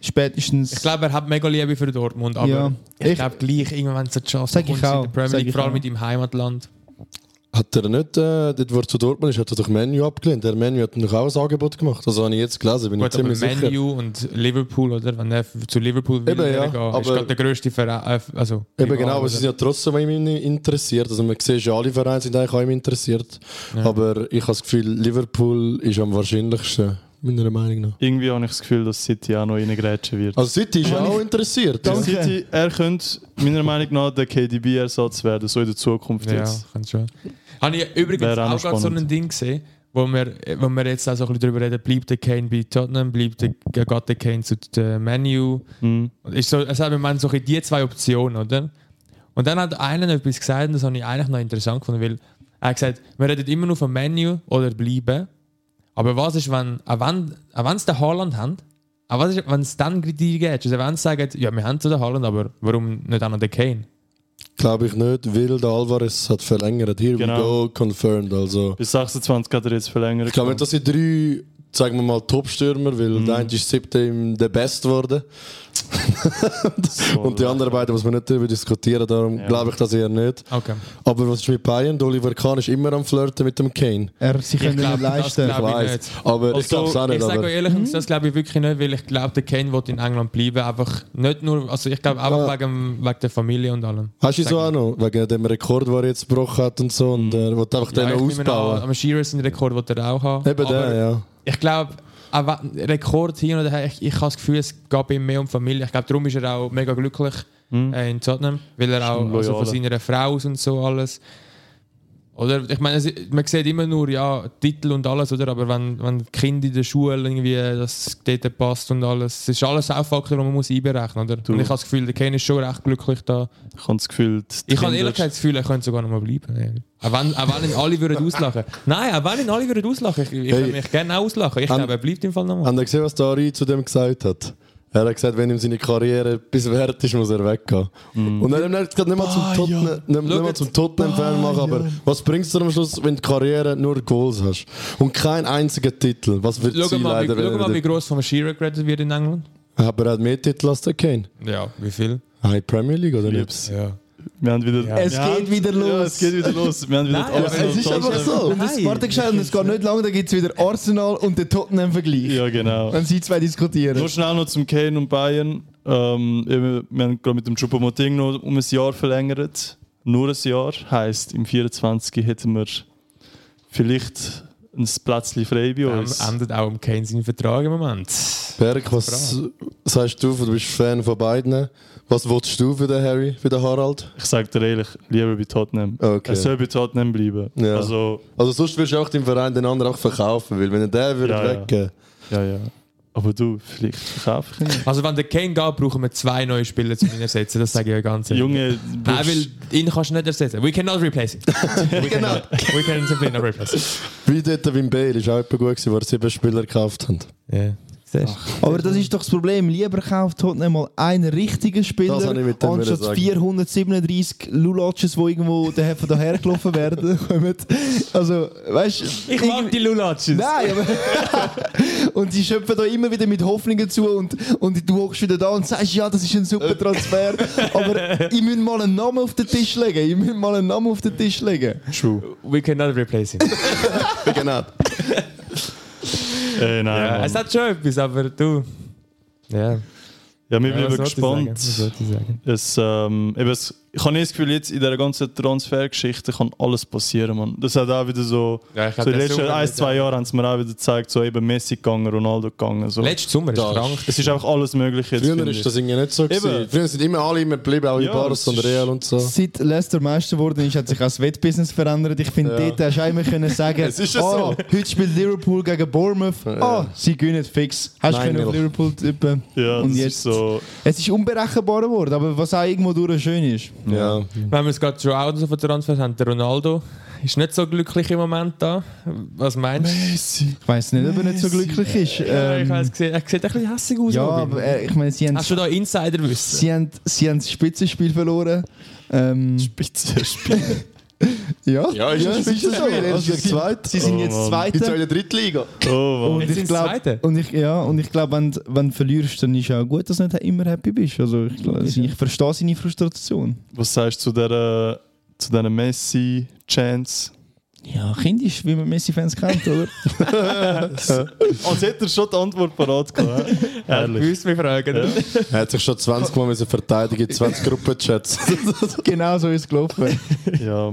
C: spätestens...
D: Ich glaube, er hat mega Liebe für Dortmund, aber
C: Ja.
D: ich
C: Ich-
D: glaube gleich irgendwann zur Chance
C: Sag ich
D: kommt es
C: auch.
D: in der Premier
C: Sag
D: League,
C: ich
D: vor allem
C: auch.
D: mit im Heimatland.
E: Hat er nicht, äh, dort wo er zu Dortmund ist, hat er doch Menu abgelehnt. Der Menu hat ihm doch auch ein Angebot gemacht. Das habe ich jetzt gelesen, bin
D: Gut,
E: ich
D: aber
E: ziemlich sicher.
D: Menu und Liverpool, oder? Wenn er f- zu Liverpool will,
E: Eben, ja,
D: gehen, ist
E: aber-
D: gerade der grösste Verein. äh, Also,
E: Eben
D: Rival,
E: genau, aber
D: oder?
E: sie sind ja trotzdem an ihm interessiert. Also man sieht ja, alle Vereine sind eigentlich an ihm interessiert. Aber ich habe das Gefühl, Liverpool ist am wahrscheinlichsten, meiner Meinung nach.
A: Irgendwie habe ich das Gefühl, dass City auch noch reingrätschen wird.
E: Also City ist ja auch interessiert.
A: Der
C: Danke.
A: City, er könnte meiner Meinung nach der KDB-Ersatz werden, so in der Zukunft
D: Ja,
A: jetzt.
D: kann schon. Habe ich übrigens
A: Wäre auch
D: auch,
A: noch
D: gerade so
A: spannend.
D: ein Ding gesehen, wo wir, wo wir jetzt auch so ein bisschen darüber reden, bleibt der Kane bei Tottenham, bleibt der, geht der Kane zu dem Menu.
A: Mhm.
D: Ist so, es haben wir meinen, so ein bisschen die zwei Optionen, oder? Und dann hat einer noch etwas gesagt, und das habe ich eigentlich noch interessant gefunden, weil er hat gesagt, wir reden immer nur vom Menu oder bleiben. Aber was ist, wenn, auch wenn, auch wenn sie den Haaland haben, auch was ist, wenn es dann Kritik gibt? Also wenn sie sagen, ja, wir haben so den Haaland, aber warum nicht auch noch den Kane?
E: Glaube ich nicht, weil der Alvarez hat verlängert. Here
A: Genau.
E: we go, confirmed. Also
A: Bis 26 hat er jetzt verlängert.
E: ich glaube, das sind drei, sagen wir mal, Top-Stürmer, weil der eine ist siebte im der Best geworden. Und die anderen beiden muss man nicht darüber diskutieren, darum
A: Ja.
E: glaube ich das eher nicht.
D: Okay.
E: Aber was ist mit Bayern? Der Oliver Kahn ist immer am Flirten mit dem Kane.
C: er, sie können ihn
D: glaub,
C: nicht
D: das
C: leisten.
D: glaub-
E: Ich
D: Glaube ich
E: weiß.
D: nicht.
E: Aber Äh, ich
A: Also,
E: glaube es auch
D: Ich
E: nicht.
D: sage
E: Aber
D: euch ehrlich, das glaube ich wirklich nicht, weil ich glaube, der Kane will in England bleiben. Einfach nicht nur, also ich glaube einfach
E: Ja.
D: wegen, wegen der Familie und allem.
E: hast du so
D: Sag Mhm.
E: auch noch? Wegen dem Rekord, den er jetzt gebrochen hat und so. Und er will einfach
D: Ja,
E: den noch
D: ich nehme an,
E: ausbauen.
D: Am Shearer seinen Rekord will er auch haben.
E: Eben
D: Aber
E: der, ja.
D: Ich glaube, auch wenn- Rekord hier oder her, ich, ich habe das Gefühl, es geht bei ihm mehr um Familie. Ich glaube, darum ist er auch mega glücklich äh, in Tottenham, weil er auch
A: ein
D: also von
A: Loyaler.
D: seiner Frau aus und so alles. Oder ich meine, es- man sieht immer nur ja Titel und alles, oder? Aber wenn, wenn Kind in der Schule irgendwie das dort passt und alles, es ist alles auch Faktor, den man muss einberechnen, oder? Und ich habe das Gefühl, der Kane ist schon recht glücklich da.
A: Ich habe das Gefühl, die
D: Ich habe
A: Kinder-
D: ehrlich gesagt das Gefühl, er könnte sogar noch mal bleiben. Ja. Auch wenn, auch wenn ihn alle würden auslachen. Nein, auch wenn ihn alle würden auslachen. Ich, ich
E: Hey.
D: würde mich gerne auch auslachen. Ich
E: An-
D: glaube, er bleibt im Fall nochmal.
E: Habt ihr gesehen, was der Ari zu dem gesagt hat? Er hat gesagt, wenn ihm seine Karriere etwas wert ist, muss er weggehen.
D: Mhm.
E: Und dann hat er gesagt, nicht mal zum
D: Ah,
E: Tottenham- nicht- nicht mal
D: Schaut.
E: zum Tottenham-Fan machen,
D: Ah,
E: aber was bringst du am Schluss, wenn die Karriere nur Goals hast? Und kein einziger Titel. Was wird
D: Schau
E: sie
D: mal, wie,
E: leider?
D: schau
E: wenn
D: mal, wie
E: er-
D: gross vom Shearer geredet wird in England.
E: Aber er hat mehr Titel als der Kane.
D: Ja, wie viel?
E: Ah, in Premier League oder nicht?
D: Ja.
A: Wir haben wieder,
C: Es
A: wir haben,
C: geht wieder los.
A: Ja, es geht wieder los. Wir haben wieder
D: Nein,
A: alles
D: aber
A: noch
E: es ist
A: total-
E: einfach so.
C: Und das
D: Nein.
C: Warte schnell, und es geht nicht lange, dann gibt es wieder Arsenal und den Tottenham-Vergleich.
A: Ja, genau.
C: Wenn sie zwei diskutieren.
A: Nur schnell noch zum Kane und Bayern. Ähm, eben, wir haben gerade mit dem Choupo-Moting noch um ein Jahr verlängert. Nur ein Jahr. Heisst, im 24. hätten wir vielleicht ein Plätzchen frei bei
D: Ähm,
A: uns.
D: endet auch um Kane seinen Vertrag im Moment.
E: Berg, was, sagst du, du bist Fan von beiden. Was willst du für den Harry, für den Harald?
A: Ich sage dir ehrlich, lieber bei Tottenham.
E: Okay.
A: Er soll bei Tottenham bleiben.
E: Ja.
A: Also,
E: Also sonst würdest du auch dem Verein den anderen auch verkaufen, weil wenn er den würde
A: Ja, ja.
E: weggeben,
A: ja, ja. Aber du, vielleicht verkaufe ich ihn. nicht.
D: Also wenn der Kane geht, brauchen wir zwei neue Spieler zu ersetzen. Das sage ich euch ganz ehrlich.
A: Junge,
D: Nein,
A: brauchst-
D: weil ihn kannst du nicht ersetzen. We cannot replace it. We cannot. We can simply not replace it.
E: wie dort beim Bale, ist auch jemand gut gewesen, wo er sieben Spieler gekauft hat.
D: Ja. Siehst
C: Aber das ist doch das Problem. Lieber kauft Tottenham mal einen richtigen
E: Das
C: Spieler,
E: habe ich mit dem wollen
C: anstatt
E: sagen.
C: 437 Lulatschen, die irgendwo daher- von daher gelaufen werden. kommen. also, weißt du.
D: Ich mag die Lulatschen.
C: Nein, aber. und sie schöpfen da immer wieder mit Hoffnungen zu und, und du hockst wieder da und sagst, ja, das ist ein super Transfer. aber ich muss mal einen Namen auf den Tisch legen. Ich muss mal einen Namen auf den Tisch legen.
A: True.
D: We cannot replace it.
E: Genau.
A: Äh, nein,
D: Ja,
A: Mann.
D: es hat schon etwas, aber du. Ja.
A: ja, wir
D: ja,
A: bleiben
D: was soll ich sagen?
A: gespannt.
D: Was soll ich sagen?
A: Es, ähm, eben, es, ich habe nicht das Gefühl, jetzt in dieser ganzen Transfergeschichte kann alles passieren, Mann. Das hat auch wieder so...
D: Ja, ich
A: so in den letzten ein, zwei Jahren haben sie mir auch wieder gezeigt, so eben Messi gegangen, Ronaldo gegangen. So.
D: Letzten Sommer ist
E: Da ist-
D: krank.
A: Es ist einfach alles möglich jetzt,
E: Früher
A: finde
E: ist
A: ich.
E: das irgendwie nicht so. Gewesen.
A: Eben.
E: Früher sind immer alle immer geblieben, auch in
A: Ja,
E: Barca
A: das
E: und
A: ist-
E: Real und so.
C: Seit Leicester Meister wurde, ist, hat sich auch das Wettbusiness verändert. Ich finde,
E: Ja.
C: dort hast du auch immer können sagen,
E: Es ist ja
C: oh, heute spielt Liverpool gegen Bournemouth.
E: Ja.
C: Oh, sie gewinnen fix. Hast du
E: Nein,
C: können auf
E: nil.
C: Liverpool tippen.
A: Ja,
C: Und
A: das
C: jetzt-
A: ist so...
C: Es ist unberechenbar geworden, aber was auch irgendwo durch schön ist.
E: Ja.
D: Wenn wir es gerade schon auch so von Transfer haben, der Ronaldo ist nicht so glücklich im Moment da. Was meinst du?
C: Ich weiß nicht, ob er nicht so glücklich ist.
D: Ja, ich
C: Ähm,
D: weiss, er sieht ein bisschen hässlich aus.
C: ja,
D: Robin.
C: aber äh, ich meine, sie haben,
D: Hast du da Insiderwissen?
C: sie, haben, sie haben das Spitzenspiel verloren. Ähm,
A: Spitzenspiel.
C: ja,
E: Ja, ist ein
C: es so.
E: Spitzenspiel. Er ist
C: Also,
E: jetzt
C: sie-
E: zweit.
C: Sie sind
A: Oh,
C: jetzt
A: Mann.
E: Jetzt auch
C: Zweiter.
E: in der Drittliga.
A: Oh, Mann.
C: Und
D: Jetzt
C: ich
D: sind's
C: glaube,
D: Zweite.
C: und ich, ja, und ich glaube, wenn, wenn du verlierst, dann ist auch gut, dass du nicht immer happy bist. Also ich, glaub, ich, ich verstehe seine Frustration.
A: Was sagst du zu dieser, zu dieser Messi-Chance?
C: Ja, kindisch, wie man Messi-Fans kennt, oder?
A: Als hätte er schon die Antwort parat gehabt. hä? Ehrlich.
D: Müsst mich fragen.
E: Er hat sich schon 20 Mal müssen verteidigen, 20 Gruppenchats.
C: genau so ist es gelaufen.
A: Ja.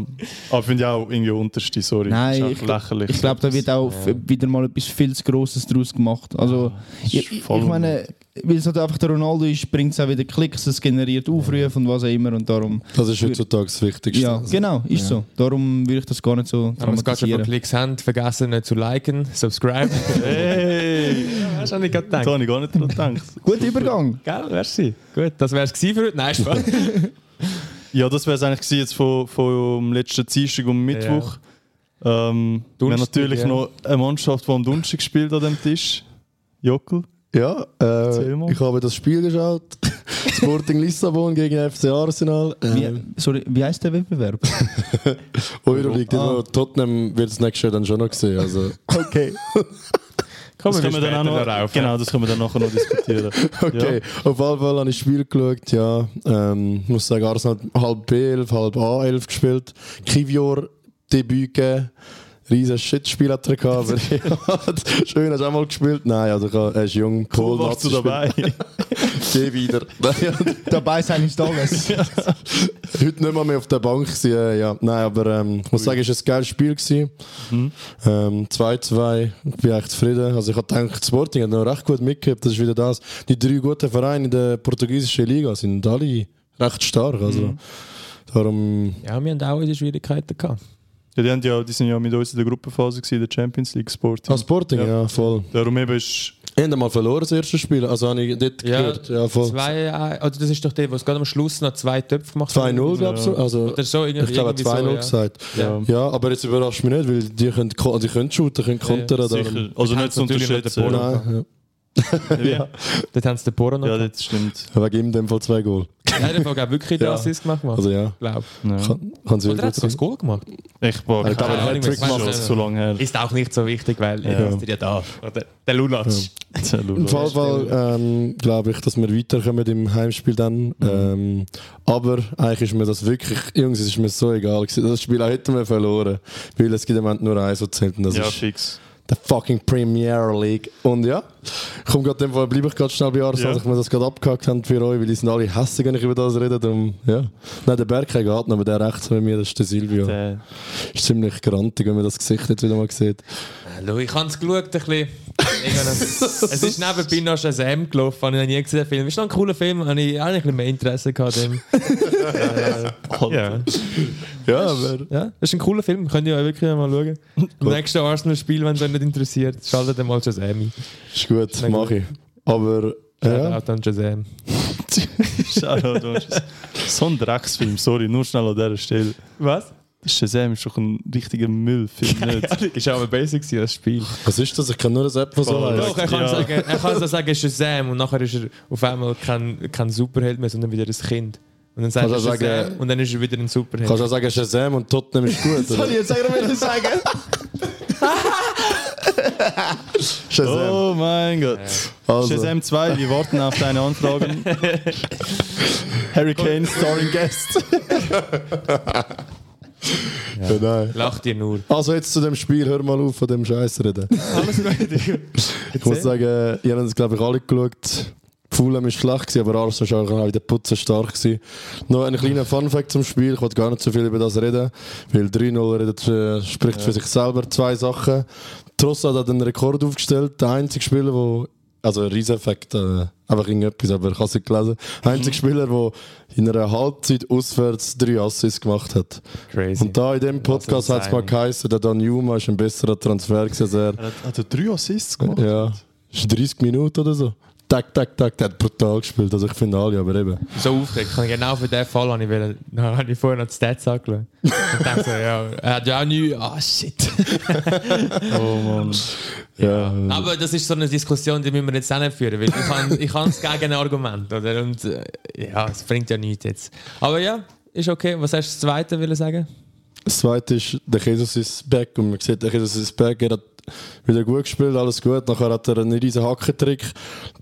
A: Aber finde ich auch irgendwie unterste, sorry.
C: Nein,
A: ist
C: ich
A: auch
C: glaub-
A: lächerlich.
C: Ich glaube, da wird auch f- wieder mal etwas viel zu Grosses daraus gemacht. Also,
A: ist
C: ich, ich
A: voll
C: meine, weil es halt einfach der Ronaldo ist, bringt es auch wieder Klicks, es generiert Aufrufe und was auch immer und darum.
E: Das ist heutzutage das Wichtigste.
C: Ja, genau, ist so. Darum würde ich das gar nicht so
D: Wenn wir es gerade schon von
C: dramatisieren.
D: Klicks haben, vergessen nicht zu liken, subscribe.
A: Hey!
D: Hast du auch nicht gerade
A: Da
D: gedacht?
A: habe ich gar nicht dran gedacht.
C: Guter Übergang.
D: Gell, merci. Gut, das wär's gewesen für heute. Nein, Spaß.
A: Ja, das wäre es eigentlich gewesen jetzt von, vom letzten Dienstag und Mittwoch. Ähm, wir haben
D: Donnerstag,
A: natürlich
D: ja.
A: noch eine Mannschaft, die am Donnerstag spielt an dem Tisch. Jockel.
E: Ja,
A: Erzähl
E: äh,
A: mal.
E: ich habe das Spiel geschaut. Sporting Lissabon gegen FC Arsenal.
C: Wie,
E: Ähm,
C: sorry, wie heißt der Wettbewerb?
E: Euroleague,
C: Ah.
E: ah. Tottenham wird es nächstes Jahr dann schon noch sehen. Also,
C: Okay.
A: Das können wir dann auch noch, genau, das können wir dann nachher noch diskutieren.
E: okay, auf jeden Fall habe ich das Spiel geschaut. Ja, ähm, ich muss sagen, Arsenal hat halb B11, halb A11 gespielt. Kivior Debüt gegeben. Riesen Shitspiel hat er gehabt. Aber ja, schön, hast du auch mal gespielt? Nein, also, ich habe- er ist jung.
A: Cool, warst du
E: Nazi
A: dabei?
E: gespielt. Geh wieder. Nein,
C: Dabei sein ist alles.
E: Heute nicht mal mehr auf der Bank gewesen, äh, ja. Nein, aber ähm, ich muss sagen, es war ein geiles Spiel. gewesen.
D: Mhm.
E: Ähm, 2-2, ich bin echt zufrieden. Also ich habe gedacht, Sporting hat noch recht gut mitgehabt, das ist wieder das. Die drei guten Vereine in der portugiesischen Liga sind alle recht stark. Also
D: Mhm.
E: darum,
D: Ja, wir haben auch unsere Schwierigkeiten gehabt.
A: ja, die, haben ja, die sind ja mit uns in der Gruppenphase gewesen, in der Champions League Sporting.
E: ah, Sporting, ja,
A: Ja.
E: voll.
A: Darum eben ist
E: Ich habe mal verloren das erste Spiel, also habe ich dort
D: Ja,
E: gehört. Ja, voll.
D: Zwei, äh, also das ist doch der, wo es gerade am Schluss noch zwei Töpfe gemacht hat.
E: 2-0, glaube ich. so. Also,
D: Oder so, irgendwie,
E: ich glaube,
D: irgendwie
E: 2-0
D: so, ja.
E: gesagt.
A: ja,
E: Ja, aber jetzt überrascht mich nicht, weil die können, ko- die können shooten, können kontern.
A: sicher.
E: darum.
A: Also
D: Hat
A: nicht zu
D: natürlich mit der
A: unterschätzen.
D: Polo.
E: Nein,
A: Ja,
D: Dort haben sie den Poro noch.
A: ja
D: Ja,
A: das stimmt.
E: ja. Wegen ihm in dem Fall zwei Goal.
D: der hat einfach wirklich
E: Ja.
D: das Assist gemacht. Mann.
E: Also ja.
D: glaub.
A: Ja.
E: Hans
D: Oder hat
E: Wilbert.
D: sogar das Goal gemacht?
A: Ich war
E: Ich glaube,
A: keine
E: er hat
A: Ahnung, das
E: Trick
A: ist schon
D: gemacht.
A: zu lange her.
D: Ist auch nicht so wichtig, weil
A: Ja.
D: er ist ja da. Oder der Lulatsch.
E: Im Fall ähm, glaube ich, dass wir weiterkommen im Heimspiel dann.
A: Mhm.
E: Ähm, aber eigentlich ist mir das wirklich, Jungs, es ist mir so egal gewesen. Das Spiel hätten wir verloren, weil es gibt im Moment nur eins, was zählt und das
A: Ja,
E: ist
A: fix.
E: der fucking Premier League. Und ja, ich komme gerade in dem Fall, bleibe ich gerade schnell bei
A: Ja.
E: Arsenal, dass ich mir das gerade abgehakt habe für euch, weil die sind alle hässlich, wenn ich über das rede. Darum, ja. Nein, der Berg geht noch, aber der rechts von mir, das ist der Silvio.
A: Der-
E: Ist ziemlich grantig, wenn man das Gesicht jetzt wieder mal sieht.
D: Hallo, ich habe es geschaut, ein bisschen. es ist nebenbei noch Shazam gelaufen, habe ich noch nie gesehen, den Film. Ist noch ein cooler Film, habe ich auch ein bisschen mehr Interesse gehabt. Dem. ja.
E: Ja, aber.
D: ja, das ist ein cooler Film, könnt ihr euch wirklich mal schauen. Im nächsten Arsenal-Spiel, wenn es euch nicht interessiert, schaltet dann mal Shazam ein.
E: Ist gut,
D: Nein,
E: mache ich. Aber.
D: Ja.
E: Ja,
D: Auch dann Shazam.
A: Shoutout an Shazam. so ein Drecksfilm, sorry, nur schnell an dieser Stelle.
D: Was?
A: Shazam ist doch ein richtiger Müllfilm, nicht?
D: Ist aber basic gewesen, das Spiel.
E: was ist das? Ich kann nur das App, was so
A: Voll.
E: heißt.
D: Doch, er kann,
A: Ja.
D: sagen, er kann so sagen, Shazam und nachher ist er auf einmal kein, kein Superheld mehr, sondern wieder ein Kind. Und dann sagt er
E: Kannst du auch
D: Shazam
E: sagen-
D: und dann ist er wieder ein Superheld.
E: Kannst du auch sagen, Shazam und Tottenham ist gut.
C: Soll ich
E: oder?
C: jetzt eigentlich sagen?
E: Shazam.
A: Oh mein Gott.
E: Also.
A: Shazam 2, wir warten auf deine Anfragen. Hurricane starring Guest.
E: Ja, nein.
D: Lacht ihr nur.
E: Also jetzt zu dem Spiel, hör mal auf von dem Scheiß reden.
D: Alles gut.
E: Ich muss sagen, ihr habt es glaube ich alle geschaut. Fulham war schlecht, gewesen, aber Arsenal war auch wieder putzenstark. Gewesen. Noch ein kleiner Funfact zum Spiel, ich wollte gar nicht so viel über das reden, weil 3-0 redet, äh, spricht für sich selber zwei Sachen. Trossard hat einen Rekord aufgestellt, der einzige Spieler, wo also ein Rieseffekt, äh, einfach irgendetwas, aber ich habe es nicht gelesen. Der einzige
D: Mhm.
E: Spieler, der in einer Halbzeit auswärts drei Assists gemacht hat.
D: Crazy.
E: Und da in dem Podcast
D: ein
E: hat es mal
D: Signing.
E: geheißen, der Dan Juma ist ein besserer Transfer gewesen als er.
A: Er hat, hat er Ah, drei Assists gemacht?
E: Ja, ist 30 Minuten oder so. Tak, tak, tak, der hat brutal gespielt. Also ich finde alle, aber eben.
D: so aufgeregt. Ich- Genau für diesen Fall habe ich, wollen, habe ich vorher noch die Stats angeschaut. Und dachte so, ja, er hat ja auch nie. Ah, shit.
A: Oh Mann.
E: Ja.
D: Aber das ist so eine Diskussion, die müssen wir jetzt auch nicht führen, weil ich habe ich habe das Gegenargument, oder? Und äh, ja, es bringt ja nichts jetzt. Aber ja, ist okay. Was hast du das Zweite will sagen?
E: Das zweite ist, der Jesus ist back. Und man sieht, der Jesus ist back. Er hat wieder gut gespielt, alles gut. Nachher hat er einen riesen Hackentrick.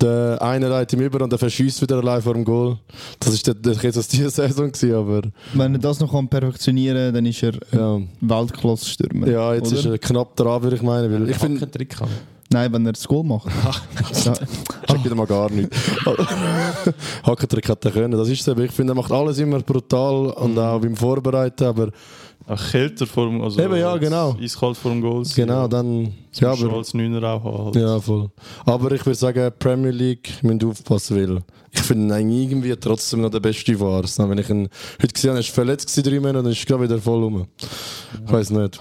E: Der eine leitet ihm über und der verschießt wieder allein vor dem Goal. Das ist der, der Jesus diese Saison gewesen, aber
C: Wenn er das noch kann perfektionieren kann, dann ist er
E: ja.
C: Weltklasse-Stürmer.
E: Ja, jetzt
C: oder?
E: ist er knapp dran, würde ich meinen. Weil ich finde,
D: keinen Trick haben.
C: Nein, wenn er das Goal macht. ja.
E: Check wieder mal gar nicht. Hackentrick hat er können, das ist es eben. Ich finde, er macht alles immer brutal und auch beim Vorbereiten, aber
A: Ach, kälter vor dem also
E: Eben, ja,
A: als
E: genau.
A: Eiskalt vor dem Goal.
E: genau, dann...
A: Ja,
E: Ja,
A: aber
E: aber,
A: als Neuner auch haben. Halt.
E: ja, voll. Aber ich würde sagen, Premier League, müsst ihr aufpassen, weil ich finde ihn irgendwie trotzdem noch der Beste von Arsenal. Wenn ich ihn heute gesehen habe, er war verletzt gewesen, drei Monate und ist gerade wieder voll rum. Ich weiß nicht.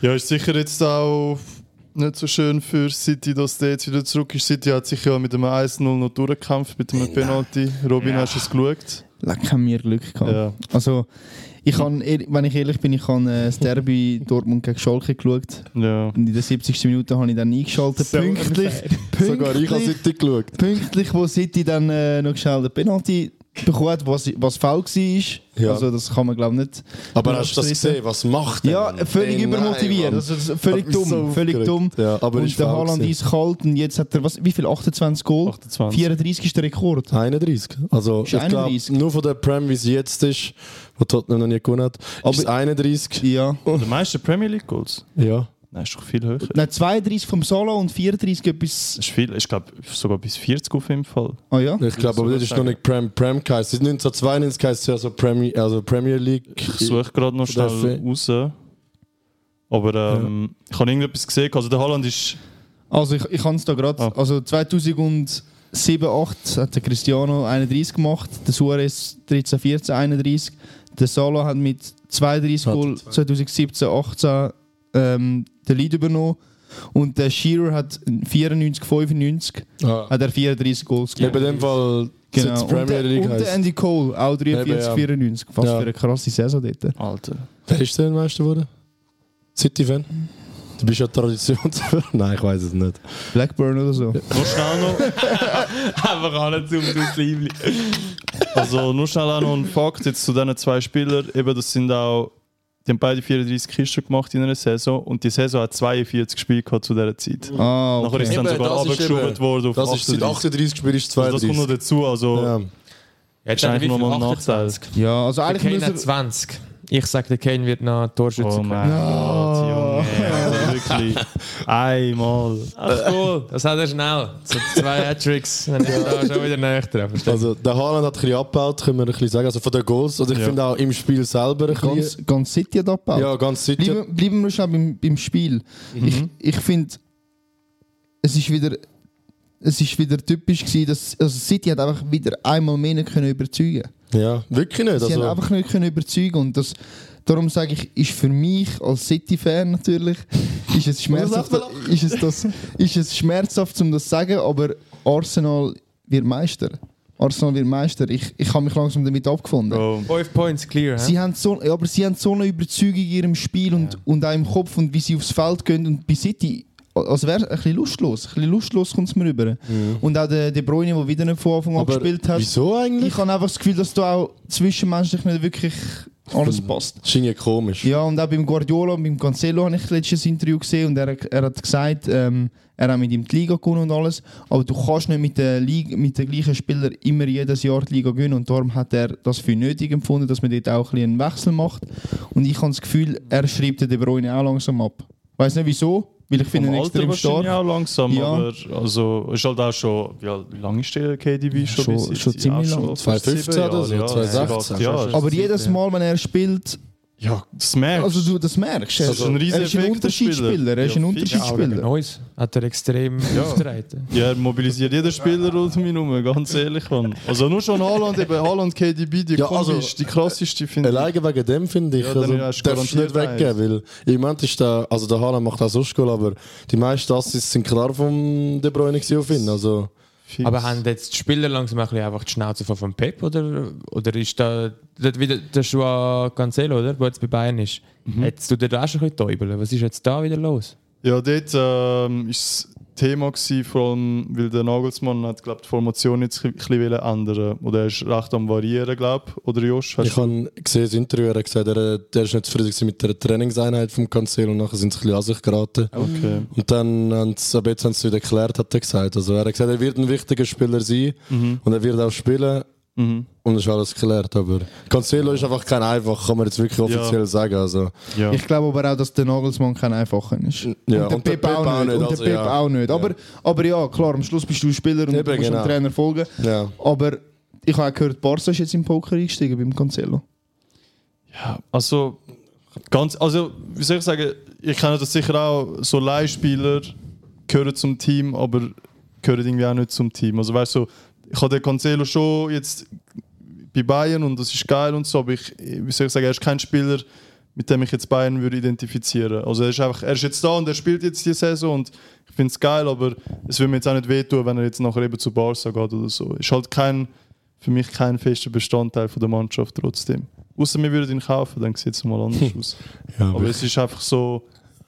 A: Ja, ist sicher jetzt auch nicht so schön für City, dass der jetzt wieder zurück ist. City hat sich ja mit einem 1-0 noch durchgekämpft, mit einem Penalty. Robin, hast du es geschaut?
C: Leck, haben wir Glück gehabt. Also, ich kann, ehr- wenn ich ehrlich bin, ich habe äh, das Derby Dortmund gegen Schalke geschaut.
A: Ja.
C: Und in der 70. Minute habe ich dann eingeschaltet.
A: So
C: pünktlich,
E: Sogar ich habe
C: pünktlich,
E: City geschaut.
C: pünktlich, wo City dann äh, noch schnell den Penalty bekommen hat, was, was faul war.
E: Ja.
C: Also, das kann man, glaube ich, nicht.
E: Aber hast du das
C: abstreiten.
E: gesehen? Was macht er?
C: Ja, völlig übermotiviert. Also, das ist völlig dumm. völlig dumm.
E: Ja, aber
C: und
E: ist
C: der
E: faul
C: Haaland
E: gewesen.
C: ist kalt und jetzt hat er, was, wie viel? 28 Goal?
A: 28.
C: 34 ist der Rekord.
E: 31. Also
C: Ist
E: ich glaube,
C: 31.
E: nur von der Prem, wie es jetzt ist, wo Tottenham noch nie gewonnen hat,
C: Aber-
E: ist es 31.
C: Ja.
A: Der meiste Premier League Goals?
E: Ja.
A: Nein, ist doch viel höher. Das
C: Nein, 32 vom Solo und 34 etwas.
A: ist viel, ich glaube sogar bis 40 auf jeden Fall.
C: Ah ja?
E: Ich glaube, aber das ist noch nicht Prem. Prem heisst es. 1992 heisst es ja so Premier, also Premier League.
A: Ich suche gerade noch
E: Darf
A: schnell raus. Aber ähm, ich habe irgendetwas gesehen. Also der Holland ist.
C: Also ich, ich kann es da gerade.
A: Ah.
C: Also 2007, 8 hat der Cristiano 31 gemacht, der Suarez 13, 14, 31. Der Salah hat mit 32
E: Hat
C: Goal 2017, 18 ähm, den Lead übernommen. Und der Shearer hat 94, 95,
E: Ah.
C: hat er 34 Goals
E: Ja, bei
C: gemacht.
E: dem Fall
C: Genau.
E: genau.
C: Und, der,
E: Premier League
C: und der
E: heisst.
C: Andy Cole, auch 43,
E: Eben, ja.
C: 94. Was
E: Ja.
C: für eine krasse Saison dort.
A: Alter.
E: Wer ist denn Meister geworden? City-Fan? Du bist ja Traditionsfan. Nein, ich weiß es nicht.
C: Blackburn oder so.
A: Nur schnell noch.
D: Einfach alle zum Liebling.
A: Also nur schnell auch noch ein Fakt jetzt zu diesen zwei Spielern. Eben, das sind auch, die haben beide 34 Kisten gemacht in einer Saison und die Saison hat 42 Spiele gehabt zu dieser Zeit.
C: Ah,
A: Nachher ist
C: okay.
A: dann
E: Eben,
A: sogar
E: das ist
A: abgeschoben
E: eben-
A: worden auf
E: Das ist seit
A: 38.
E: 38 Spiel ist
A: Also das kommt noch
E: 32.
A: dazu. Also
E: Ja.
D: Jetzt
A: ist eigentlich nochmal ein Nachteil.
C: Ja, also
D: Der
C: eigentlich
D: Kane
C: muss
D: hat
C: er...
D: 20. Ich sage, der Kane wird noch Torschütze
A: Oh mein
C: No.
A: Gott, Junge. Also wirklich. Einmal.
D: Ach cool, das hat er schnell. So zwei Hattricks, dann ist er da schon wieder näher dran. verstehst
E: Also der Haaland hat ein bisschen abgebaut, können wir ein bisschen sagen. Also von den Goals. Also ich
A: Ja.
E: finde auch im Spiel selber ein bisschen.
C: Ganz, ganz City hat abgebaut.
E: Ja, ganz City. Mhm.
C: Bleiben, bleiben wir schon beim, beim Spiel. Ich, ich finde, es ist wieder, es ist wieder typisch gewesen, dass also City hat einfach wieder einmal mehr nicht können überzeugen.
E: Ja, wirklich nicht.
C: Sie
E: Also,
C: haben einfach nicht können überzeugen und das, darum sage ich, ist für mich als City-Fan natürlich, ist es schmerzhaft, ist es das, ist es schmerzhaft, um das zu sagen, aber Arsenal wird Meister. Arsenal wird Meister. Ich, ich habe mich langsam damit abgefunden.
E: Oh.
A: Bro,
D: 5 Points clear, hä?
C: Sie haben so, ja, aber sie haben so eine Überzeugung in ihrem Spiel und, und auch im Kopf und wie sie aufs Feld gehen und bei City, als wäre es ein bisschen lustlos, ein bisschen lustlos kommt es mir rüber. Und auch der De Bruyne, der wieder nicht von Anfang an
E: aber
C: gespielt hat.
E: wieso eigentlich?
C: Ich habe einfach das Gefühl, dass da auch zwischenmenschlich nicht wirklich alles passt.
E: Das ist irgendwie komisch.
C: Ja, und auch beim Guardiola und beim Cancelo habe ich letztes Interview gesehen und er, er hat gesagt, ähm, er hat mit ihm die Liga gewonnen und alles, aber du kannst nicht mit den, Lig mit den gleichen Spielern immer jedes Jahr die Liga gewinnen und darum hat er das für nötig empfunden, dass man dort auch ein bisschen einen Wechsel macht und ich habe das Gefühl, er schreibt den De Bruyne auch langsam ab. Weiß nicht wieso, weil ich finde
A: vom
C: ihn
A: Alter
C: extrem
A: wahrscheinlich
C: stark.
A: auch langsam,
C: Ja.
A: aber also ist halt auch schon, ja, wie lange ist der KDB schon?
C: Schon-
A: bei City?
C: schon ziemlich
A: Ja, schon
C: lang.
A: fast
E: 2015
A: sieben
E: oder so,
A: Jahre, ja,
E: 2016.
A: sieben, acht Jahre.
C: Aber jedes Mal, wenn er spielt,
A: Ja, das merkst
C: also du das merkst, er,
A: Das ist ein riesen
C: er ist ein
A: Effekt, der
C: Unterschiedsspieler, er
A: Ja,
C: ist ein
D: Wegen
C: Unterschiedsspieler.
D: uns hat er extrem aufgetreten.
A: Ja, er mobilisiert jeden Spieler rund um ihn herum, ganz ehrlich. Mann. Also nur schon Haaland, eben Haaland, KDB, die
E: Ja,
A: Kombi
E: also,
A: ist die
C: äh,
A: krasseste, finde ich.
E: Alleine wegen dem finde ich,
A: Ja, dann
E: also,
A: hast du
E: darfst du nicht
A: garantiert
E: weggeben, weil im Moment ist der, also der Haaland macht auch sonst Goal, aber die meisten Assists sind klar vom De Bruyne gewesen auf ihn, also
A: Fix.
D: Aber haben jetzt die Spieler langsam ein bisschen einfach die Schnauze voll von Pep oder, oder ist da, dort wieder der Joao Cancelo, oder, der jetzt bei Bayern ist? Jetzt tut er da auch schon ein bisschen täubeln. Was ist jetzt da wieder los?
A: Ja, dort ähm, ist das Thema gewesen, vor allem, weil der Nagelsmann hat, glaube die Formation jetzt ein bisschen wollen ändern Oder er ist recht am Variieren, glaube ich. Oder Josh? Hast
E: ich habe gesehen, das Interview, er hat gesagt, er, der ist nicht zufrieden gewesen mit der Trainingseinheit vom Cancelo und nachher sind sie ein bisschen an sich geraten.
A: du- okay.
E: Und dann haben sie, aber jetzt haben sie es wieder erklärt, hat er gesagt. Also er hat gesagt, er wird ein wichtiger Spieler sein und er wird auch spielen
A: Mhm.
E: und es ist alles geklärt, aber Cancelo ist einfach kein einfach, kann man jetzt wirklich offiziell sagen, also
A: Ja.
C: Ich glaube aber auch, dass der Nagelsmann kein einfacher ist.
E: Ja,
C: und der Pep auch nicht. Und der
E: also
C: Pep
E: ja.
C: auch nicht. Aber, aber ja, klar, am Schluss bist du Spieler und
E: Eben,
C: du musst
E: genau.
C: dem Trainer folgen.
E: ja.
C: Aber ich habe auch gehört, Barca ist jetzt im Poker eingestiegen beim Cancelo.
A: Ja, also, ganz, also, wie soll ich sagen, ich kenne das sicher auch, so Leihspieler gehören zum Team, aber gehören irgendwie auch nicht zum Team. Also, weißt du, ich habe den Cancelo schon jetzt bei Bayern und das ist geil und so, aber ich, wie soll ich sagen, er ist kein Spieler, mit dem ich jetzt Bayern würde identifizieren. Also er ist einfach, er ist jetzt da und er spielt jetzt die Saison und ich finde es geil, aber es würde mir jetzt auch nicht wehtun, wenn er jetzt nachher eben zu Barca geht oder so. Ist halt kein, für mich kein fester Bestandteil von der Mannschaft trotzdem. Außer wir würden ihn kaufen, dann sieht es mal anders aus.
E: ja
A: Aber es ist einfach so,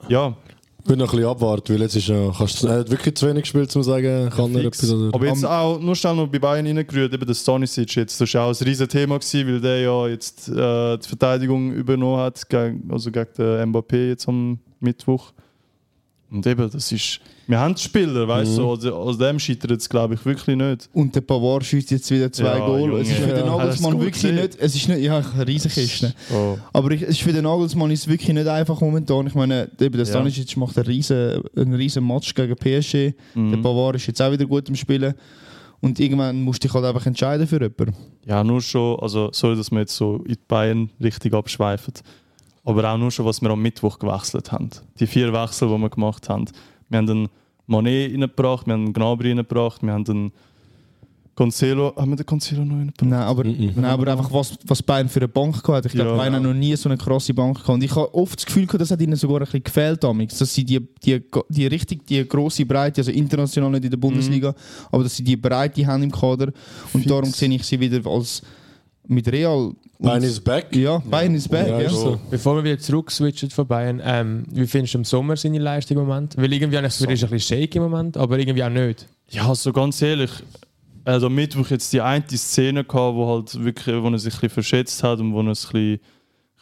A: ja,
E: Ich würde noch ein bisschen abwarten, weil jetzt ist ja, kannst, er hat wirklich zu wenig gespielt, um zu sagen, kann er
A: fix.
E: etwas oder...
A: Aber jetzt auch, nur schnell noch bei Bayern reingerührt, eben der Stanisic jetzt, das war auch ein riesen Thema, gewesen, weil der ja jetzt äh, die Verteidigung übernommen hat, gegen, also gegen den Mbappé jetzt am Mittwoch. Und eben, das ist, wir haben die Spieler, weißt du, also, aus dem scheitert es glaube ich wirklich nicht.
C: Und der Pavard schießt jetzt wieder zwei
A: Ja,
C: Goal.
A: Junge.
C: Es ist für
A: Ja. Hast
C: den
A: du's
C: Nagelsmann
A: gut
C: wirklich
A: gesehen?
C: nicht. Es ist nicht. Ja, ich habe riesige Kisten.
A: Oh.
C: Aber ich, es ist für den Nagelsmann ist es wirklich nicht einfach momentan. Ich meine, eben, der
A: Ja.
C: Stanisic macht einen riesen, einen riesen Match gegen PSG. Der
A: Mhm.
C: Pavard ist jetzt auch wieder gut im Spielen. Und irgendwann musst du dich halt einfach entscheiden für jemanden.
A: Ja, nur schon, also sorry, dass wir jetzt so in die Bayern richtig abschweifen, aber auch nur schon, was wir am Mittwoch gewechselt haben. Die vier Wechsel, die wir gemacht haben. Wir haben den Manet reingebracht, wir haben den Gnabry reingebracht, wir haben den Cancelo, haben wir den Cancelo noch reingebracht?
C: Nein, aber, nein, aber einfach, was, was Bayern für eine Bank gehabt hat. Ich glaube,
A: Mhm. Ja.
C: Bayern hat noch nie so eine krasse Bank gehabt. Und ich habe oft das Gefühl gehabt, das hat ihnen sogar ein bisschen gefehlt damals, dass sie die, die, die richtig die grosse Breite, also international nicht in
A: Mhm.
C: der Bundesliga, aber dass sie die Breite haben im Kader. Und
A: Fix.
C: darum sehe ich sie wieder als mit Real. und-
E: Bayern ist back.
C: ja, Bayern ist back.
E: Ja,
C: Ja,
E: ist so.
D: Bevor wir wieder zurückswitchen von Bayern, ähm, wie findest du im Sommer seine Leistung im Moment? Weil irgendwie habe ich das Gefühl, er ist ein bisschen shaky im Moment, aber irgendwie auch nicht.
A: Ja, so ganz ehrlich, er hat am Mittwoch jetzt die eine Szene gehabt, wo, halt wirklich, wo er sich ein bisschen verschätzt hat und wo er es ein bisschen, ein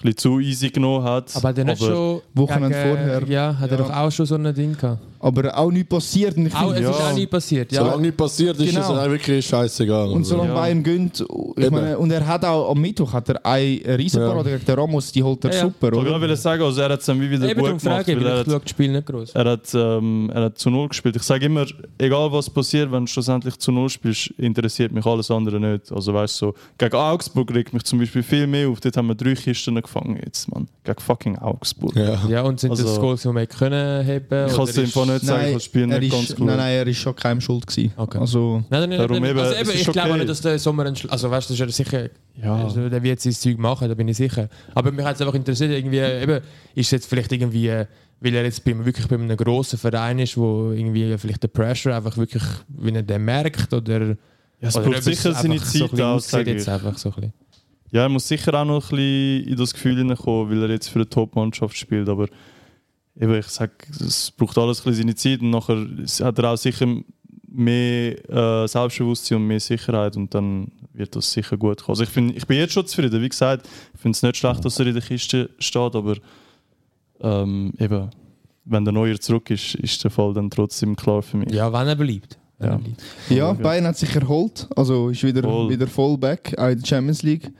A: bisschen zu easy genommen hat.
D: Aber hat er nicht schon.
C: Wochenende vorher.
D: Ja, hat er
C: Ja.
D: doch auch schon so ein Ding gehabt.
C: Aber auch nichts passiert. Und, ich
D: Auch,
C: finde,
D: es ist
A: Ja.
D: auch nie passiert. Ja.
E: Solange nicht passiert ist,
C: Genau.
E: ist es wirklich scheißegal. also.
C: und solange
A: Ja.
C: Bayern gönnt, ich
E: Eben.
C: meine, und er hat auch am Mittwoch hat er eine Riesenparade gegen den Ramos, die holt er
D: Ja, ja.
C: super,
A: ich wollte
C: oder?
A: gerade sagen, also er hat es dann wie wieder
D: Eben
A: gut
D: darum
A: gemacht.
D: frage ich,
A: weil er
D: weil
A: hat-
D: ich schaue das Spiel nicht groß.
A: Er hat, ähm, er hat zu Null gespielt. Ich sage immer, egal was passiert, wenn du schlussendlich zu Null spielst, interessiert mich alles andere nicht. Also weißt du, so, gegen Augsburg regt mich zum Beispiel viel mehr auf. Dort haben wir drei Kisten gefangen jetzt, Mann. Gegen fucking Augsburg.
E: Ja.
D: Ja, und sind das
A: Also-
D: Goals, die wir können heben?
A: Ich kann es
D: oder
A: im Fall nicht sagen, ich kann das Spiel
C: er
A: nicht
C: ist,
A: ganz gut.
C: Nein, nein, er ist schon keinem schuld gewesen.
D: Okay.
C: Also,
D: Nein, nein,
A: Darum
D: nein,
A: eben,
D: also
A: es
D: eben,
A: ist
D: ich glaube
A: okay.
D: nicht, dass der Sommer ein Schla- Also weißt du, das ist ja sicher.
A: Ja.
D: Also, der wird sein Zeug machen, da bin ich sicher. Aber mich hat es einfach interessiert, irgendwie, äh, eben, ist es jetzt vielleicht irgendwie, äh, weil er jetzt beim, wirklich bei einem grossen Verein ist, wo irgendwie vielleicht der Pressure einfach wirklich, wie er den merkt oder.
A: Ja, es
D: oder
A: braucht
D: ob es
A: sicher seine
D: einfach so
A: Zeit
D: ein bisschen
A: aus,
D: aussieht
A: sage ich.
D: jetzt einfach so ein bisschen.
A: Ja, er muss sicher auch noch ein bisschen in das Gefühl hineinkommen, weil er jetzt für eine Top-Mannschaft spielt. Aber eben, ich sage, es braucht alles ein bisschen seine Zeit und nachher hat er auch sicher mehr äh, Selbstbewusstsein und mehr Sicherheit und dann wird das sicher gut kommen. Also ich, bin, ich bin jetzt schon zufrieden. Wie gesagt, ich finde es nicht schlecht, dass er in der Kiste steht, aber ähm, eben, wenn der Neuer zurück ist, ist der Fall dann trotzdem klar für mich.
D: Ja, wenn er bleibt. Wenn
A: Ja.
D: er bleibt.
C: ja, Bayern hat sich erholt. Also ist wieder
A: Voll.
C: voll, wieder voll back, auch in der Champions League.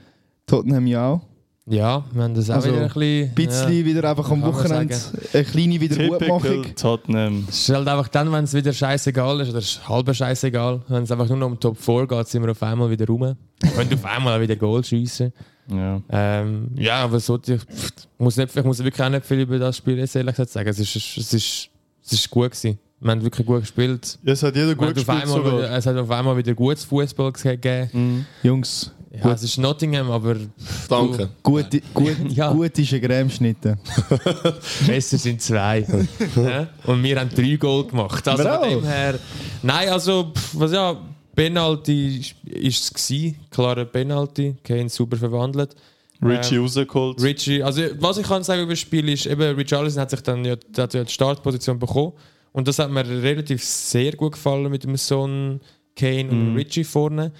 C: Tottenham ja auch.
D: ja, wir haben das auch
C: Also,
D: wieder ein bisschen.
C: Ein bisschen
D: Ja.
C: wieder einfach
D: Kann
C: am
D: man
C: Wochenende eine kleine Wiedergutmachung.
A: Typical Tottenham.
D: Es ist halt einfach dann, wenn es wieder scheißegal ist, oder es ist halb scheißegal, wenn es einfach nur noch um Top 4 geht, sind wir auf einmal wieder rum. Können auf einmal auch wieder Goal schiessen.
A: Ja.
D: Ähm, ja, aber so, ich, pff, muss nicht, ich muss wirklich auch nicht viel über das Spiel jetzt ehrlich gesagt sagen. Es ist, es ist, es ist gut gewesen. Wir haben wirklich gut gespielt.
A: Es hat jeder
D: Wir
A: gut
D: haben auf
A: gespielt
D: einmal
A: sogar. Mhm.
D: wieder, es hat auf einmal wieder gutes Fußball gegeben.
C: Jungs,
D: Ja, es ist Nottingham, aber
E: Danke.
C: gut, gut,
D: Ja.
C: gut ist ein Grämschnitte.
D: besser sind zwei. ja? Und wir haben drei Goal gemacht. Also
C: Wir
D: von
C: auch.
D: dem her. Nein, also, pff, was ja, Penalty ist es gewesen. Klarer Penalty. Kane super verwandelt.
A: Richie rausgeholt.
D: Richie, also was ich kann sagen über das Spiel ist, eben Richarlison hat sich dann ja, der hat ja die Startposition bekommen und das hat mir relativ sehr gut gefallen mit dem Son, Kane
A: Mhm.
D: und Richie vorne.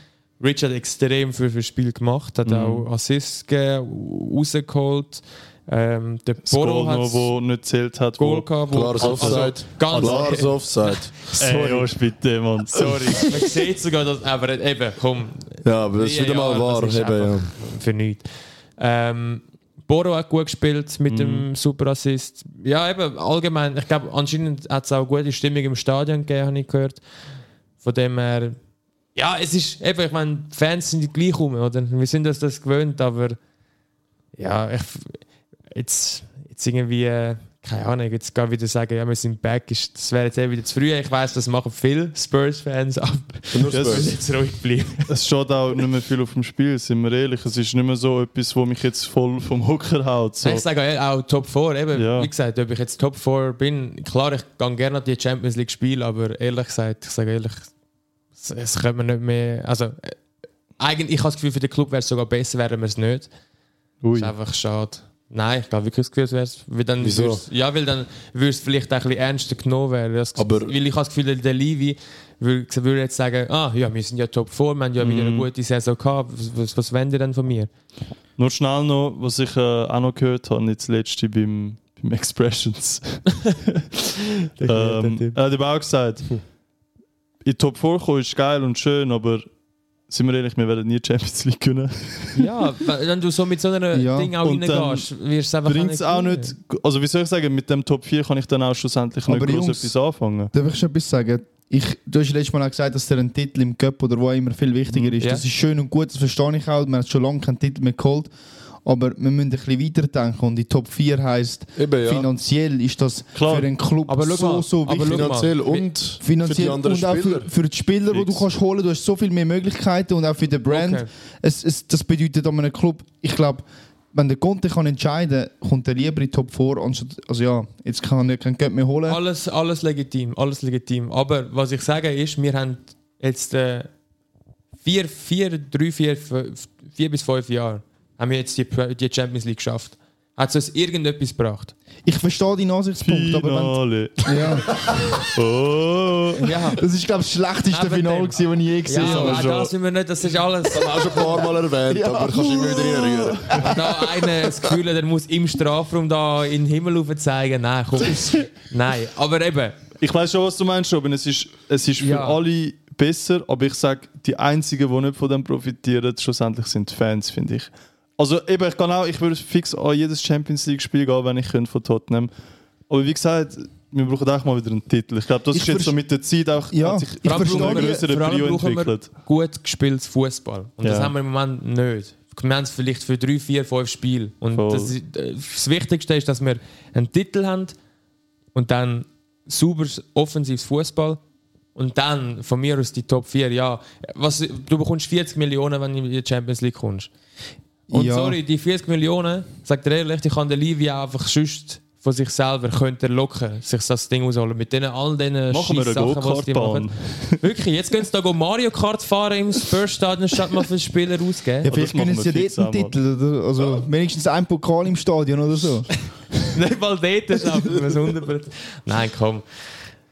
D: Richie hat extrem viel fürs Spiel gemacht,
A: Mhm.
D: hat auch Assists gegeben, rausgeholt. Ähm, der
A: Das Goal
D: Poro hat
A: noch,
D: das
A: wo nicht gezählt hat.
D: Goal gehabt. wo-
E: Klares Offside.
D: Also, ganz
E: Klares Offside.
A: Ey, Josh, bitte, Mann.
D: Sorry, man sieht sogar, dass, aber eben, komm,
E: Ja, aber das ist
D: Ja,
E: wieder mal
D: ja,
E: wahr.
D: das
E: Eben,
D: ist
E: ja.
D: für nichts. Ähm, Boro hat gut gespielt
E: Mhm.
D: mit dem Superassist. Ja, eben allgemein. Ich glaube, anscheinend hat es auch gute Stimmung im Stadion gegeben, habe ich gehört. Von dem her, ja, es ist eben, ich meine, die Fans sind gleich rum, oder? Wir sind uns das gewöhnt, aber ja, ich, jetzt, jetzt irgendwie, äh, keine Ahnung, jetzt gar wieder sagen, ja, wir sind back, ist, das wäre jetzt eh wieder zu früh. Ich weiß, das machen viele Spurs-Fans, aber
E: Nur
A: Das-
E: Spurs.
D: jetzt ruhig bleiben.
A: Es steht auch nicht mehr viel auf dem Spiel, sind wir ehrlich. Es ist nicht mehr so etwas, wo mich jetzt voll vom Hocker haut. So.
D: Ich sage auch, auch Top 4, eben,
A: Ja.
D: wie gesagt, ob ich jetzt Top 4 bin, klar, ich gehe gerne noch die Champions League spielen, aber ehrlich gesagt, ich sage ehrlich, es, es könnte man nicht mehr, also äh, eigentlich, ich habe das Gefühl, für den Club wäre es sogar besser, wären wir es nicht.
A: Ui.
D: Ist einfach schade. Nein, ich habe wirklich das Gefühl, es wäre es, weil dann
E: Wieso?
D: würd's- Ja, weil dann würde es vielleicht auch ein bisschen ernster genommen werden. Das-
E: Aber-
D: weil ich habe das Gefühl, der Levi würde würde jetzt sagen, ah, ja, wir sind ja Top 4, wir haben ja wieder eine gute Saison gehabt, was, was, was wollen ihr denn von mir?
A: Nur schnell noch, was ich äh, auch noch gehört habe, jetzt letzte beim, beim Expressions. ähm, er hat eben auch gesagt, in die Top 4 kommen ist geil und schön, aber sind wir ehrlich, wir werden nie die Champions League können.
D: Ja, wenn du so mit so einem
C: Ja,
D: Ding auch
A: und dann
D: reingehst, wirst du einfach
A: Bringt es auch nicht. Also, wie soll ich sagen, mit dem Top 4 kann ich dann auch schlussendlich nicht
C: Aber
A: groß
C: Jungs-
A: etwas anfangen.
C: Darf ich schon etwas sagen? Ich, du hast letztes Mal auch gesagt, dass dir ein Titel im Cup oder wo auch immer viel wichtiger ist.
D: Ja.
C: Das ist schön und gut, das verstehe ich auch. Man hat schon lange keinen Titel mehr geholt. Aber wir müssen ein bisschen weiterdenken. Und die Top 4 heisst,
E: Eben, ja.
C: finanziell ist das
A: Klar.
C: für einen Club
D: Aber schau
C: so,
D: mal,
C: so
D: aber
C: wichtig.
D: schau mal.
E: Finanziell und für die
C: Finanziell
E: anderen
C: und auch
E: Spieler.
C: für, für die Spieler, die du
A: Fix.
C: kannst holen Du hast so viel mehr Möglichkeiten und auch für den Brand.
D: Okay.
C: Es, es, das bedeutet an einem Club, ich glaube, wenn der Conte kann entscheiden kann, kommt er lieber in die Top 4. Anstatt, also ja, jetzt kann er nicht keinen Geld mehr holen.
D: Alles, alles legitim, alles legitim. Aber was ich sage ist, wir haben jetzt äh, vier, vier, drei, vier, fünf- vier bis fünf Jahre haben wir jetzt die, Pre- die Champions League geschafft. Hat es uns irgendetwas gebracht?
C: Ich verstehe deinen Ansichtspunkt, aber
A: Finale.
C: wenn... Ja.
A: Oh.
D: Ja,
C: Das ist, glaube ich, das schlechteste
D: Neben
C: Finale,
D: dem.
C: gewesen, das ich je gesehen
D: ja
C: habe.
D: aber auch das sind wir nicht, das ist alles.
E: Auch schon ein paar Mal erwähnt,
C: Ja.
E: aber kannst du immer wieder reinrühren.
D: Wenn da einer das Gefühl hat, der muss im Strafraum da in den Himmel aufzeigen, nein, komm. Nein, aber eben,
A: Ich weiß schon, was du meinst, Robin. Es ist, es ist für
D: Ja.
A: alle besser, aber ich sage, die einzigen, die nicht von dem profitieren, schlussendlich sind die Fans, finde ich. Also eben, ich kann auch, ich würde fix an jedes Champions League Spiel gehen, wenn ich könnte von Tottenham. Aber wie gesagt, wir brauchen auch mal wieder einen Titel. Ich glaube, das
C: Ich
A: ist jetzt
C: verste-
A: so mit der Zeit auch
C: Ja,
A: hat sich
C: ich
A: zu
C: verstehe
A: einer
C: die-
A: größeren
D: vor allem
A: Prio
D: brauchen wir
A: entwickelt.
D: gut gespieltes Fußball. Und das
A: Ja.
D: haben wir im Moment nicht. wir haben es vielleicht für drei, vier, fünf Spiele. Und
A: Voll.
D: das, ist- äh, das Wichtigste ist, dass wir einen Titel haben und dann sauberes offensives Fußball. Und dann von mir aus die Top 4, ja. Was, du bekommst 40 Millionen, wenn du in die Champions League kommst. Und
C: Ja.
D: sorry, die 40 Millionen, sagt er ehrlich, die kann der Livia einfach schüst von sich selber könnte er locken, sich das Ding rausholen. Mit denen, all diesen
A: Machen wir eine
D: Scheisssachen, was die
A: Go-Kart-Bahn.
D: Wirklich, jetzt gehen sie da go Mario Kart fahren im Spurs-Stadion, statt mal für die Spieler
C: Ja,
D: ausgeben.
C: vielleicht
A: machen
C: gewinnen
A: wir
C: sie
A: fix
C: dort einen
A: einmal.
C: Titel. Oder, also wenigstens ein Pokal im Stadion oder so.
D: Nicht mal dort schaffen wir es 100%. Nein, komm.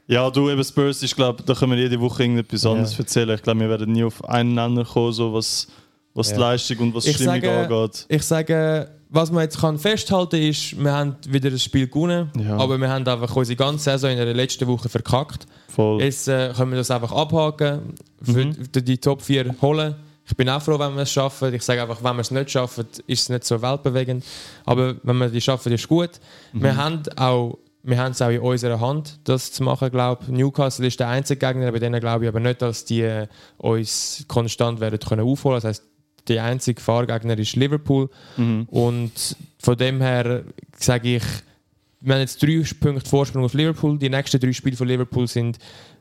A: Ja, du, eben Spurs, ich glaube, da können wir jede Woche irgendetwas anderes erzählen. Ich glaube, wir werden nie auf einen Nenner kommen, so was, was
D: Ja.
A: die Leistung und was die
D: Ich
A: Stimmung
D: sage-
A: angeht.
D: Ich sage, was man jetzt kann festhalten ist, wir haben wieder ein Spiel gewonnen,
A: Ja.
D: aber wir haben einfach unsere ganze Saison in der letzten Woche verkackt.
A: Voll.
D: Jetzt äh, können wir das einfach abhaken, für die- die Top 4 holen. Ich bin auch froh, wenn wir es schaffen. Ich sage einfach, wenn wir es nicht schaffen, ist es nicht so weltbewegend. Aber wenn wir die schaffen, ist gut. Wir haben auch wir haben es auch in unserer Hand, das zu machen, glaube ich. Newcastle ist der einzige Gegner, bei denen glaube ich aber nicht, dass die äh, uns konstant werden können aufholen. Das heißt, der einzige Fahrgegner ist Liverpool. Und von dem her sage ich, wir haben jetzt drei Punkte Vorsprung auf Liverpool. Die nächsten drei Spiele von Liverpool sind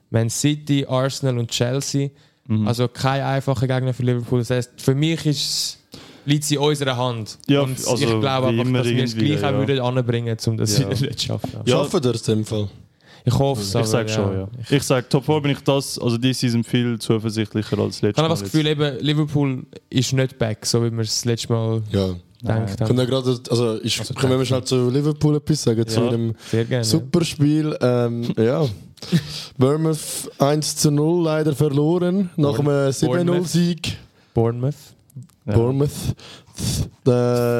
D: Man City, Arsenal und Chelsea.
A: Mhm.
D: Also kein einfacher Gegner für Liverpool. Das heißt, für mich ist es- liegt es in unserer Hand.
A: Ja,
D: und
A: also
D: ich glaube
A: wie
D: einfach,
A: immer
D: dass wir es
A: irgendwie,
D: gleich auch
A: ja.
D: würden anbringen, um das
A: Ja.
D: nicht zu schaffen.
A: Ja.
E: Schaffen wir es in dem Fall?
D: Ich hoffe es.
A: ich
D: aber,
A: sage schon, ja. Ich sage, Top 4 bin ich das, also die Season viel zuversichtlicher als
D: Ich
A: letztes
D: habe einfach das Gefühl, eben, Liverpool ist nicht back, so wie wir es das letzte Mal
E: Ja.
D: gedacht haben.
E: Können wir gerade, also, ich, können wir mal schnell zu Liverpool etwas sagen? Zu
A: Ja.
E: einem
D: Sehr gerne.
E: Superspiel. Ähm, ja. Bournemouth 1 zu 0 leider verloren. Nach einem
D: Bournemouth.
E: 7-0-Sieg.
D: Bournemouth.
A: Ja.
E: Bournemouth. Äh,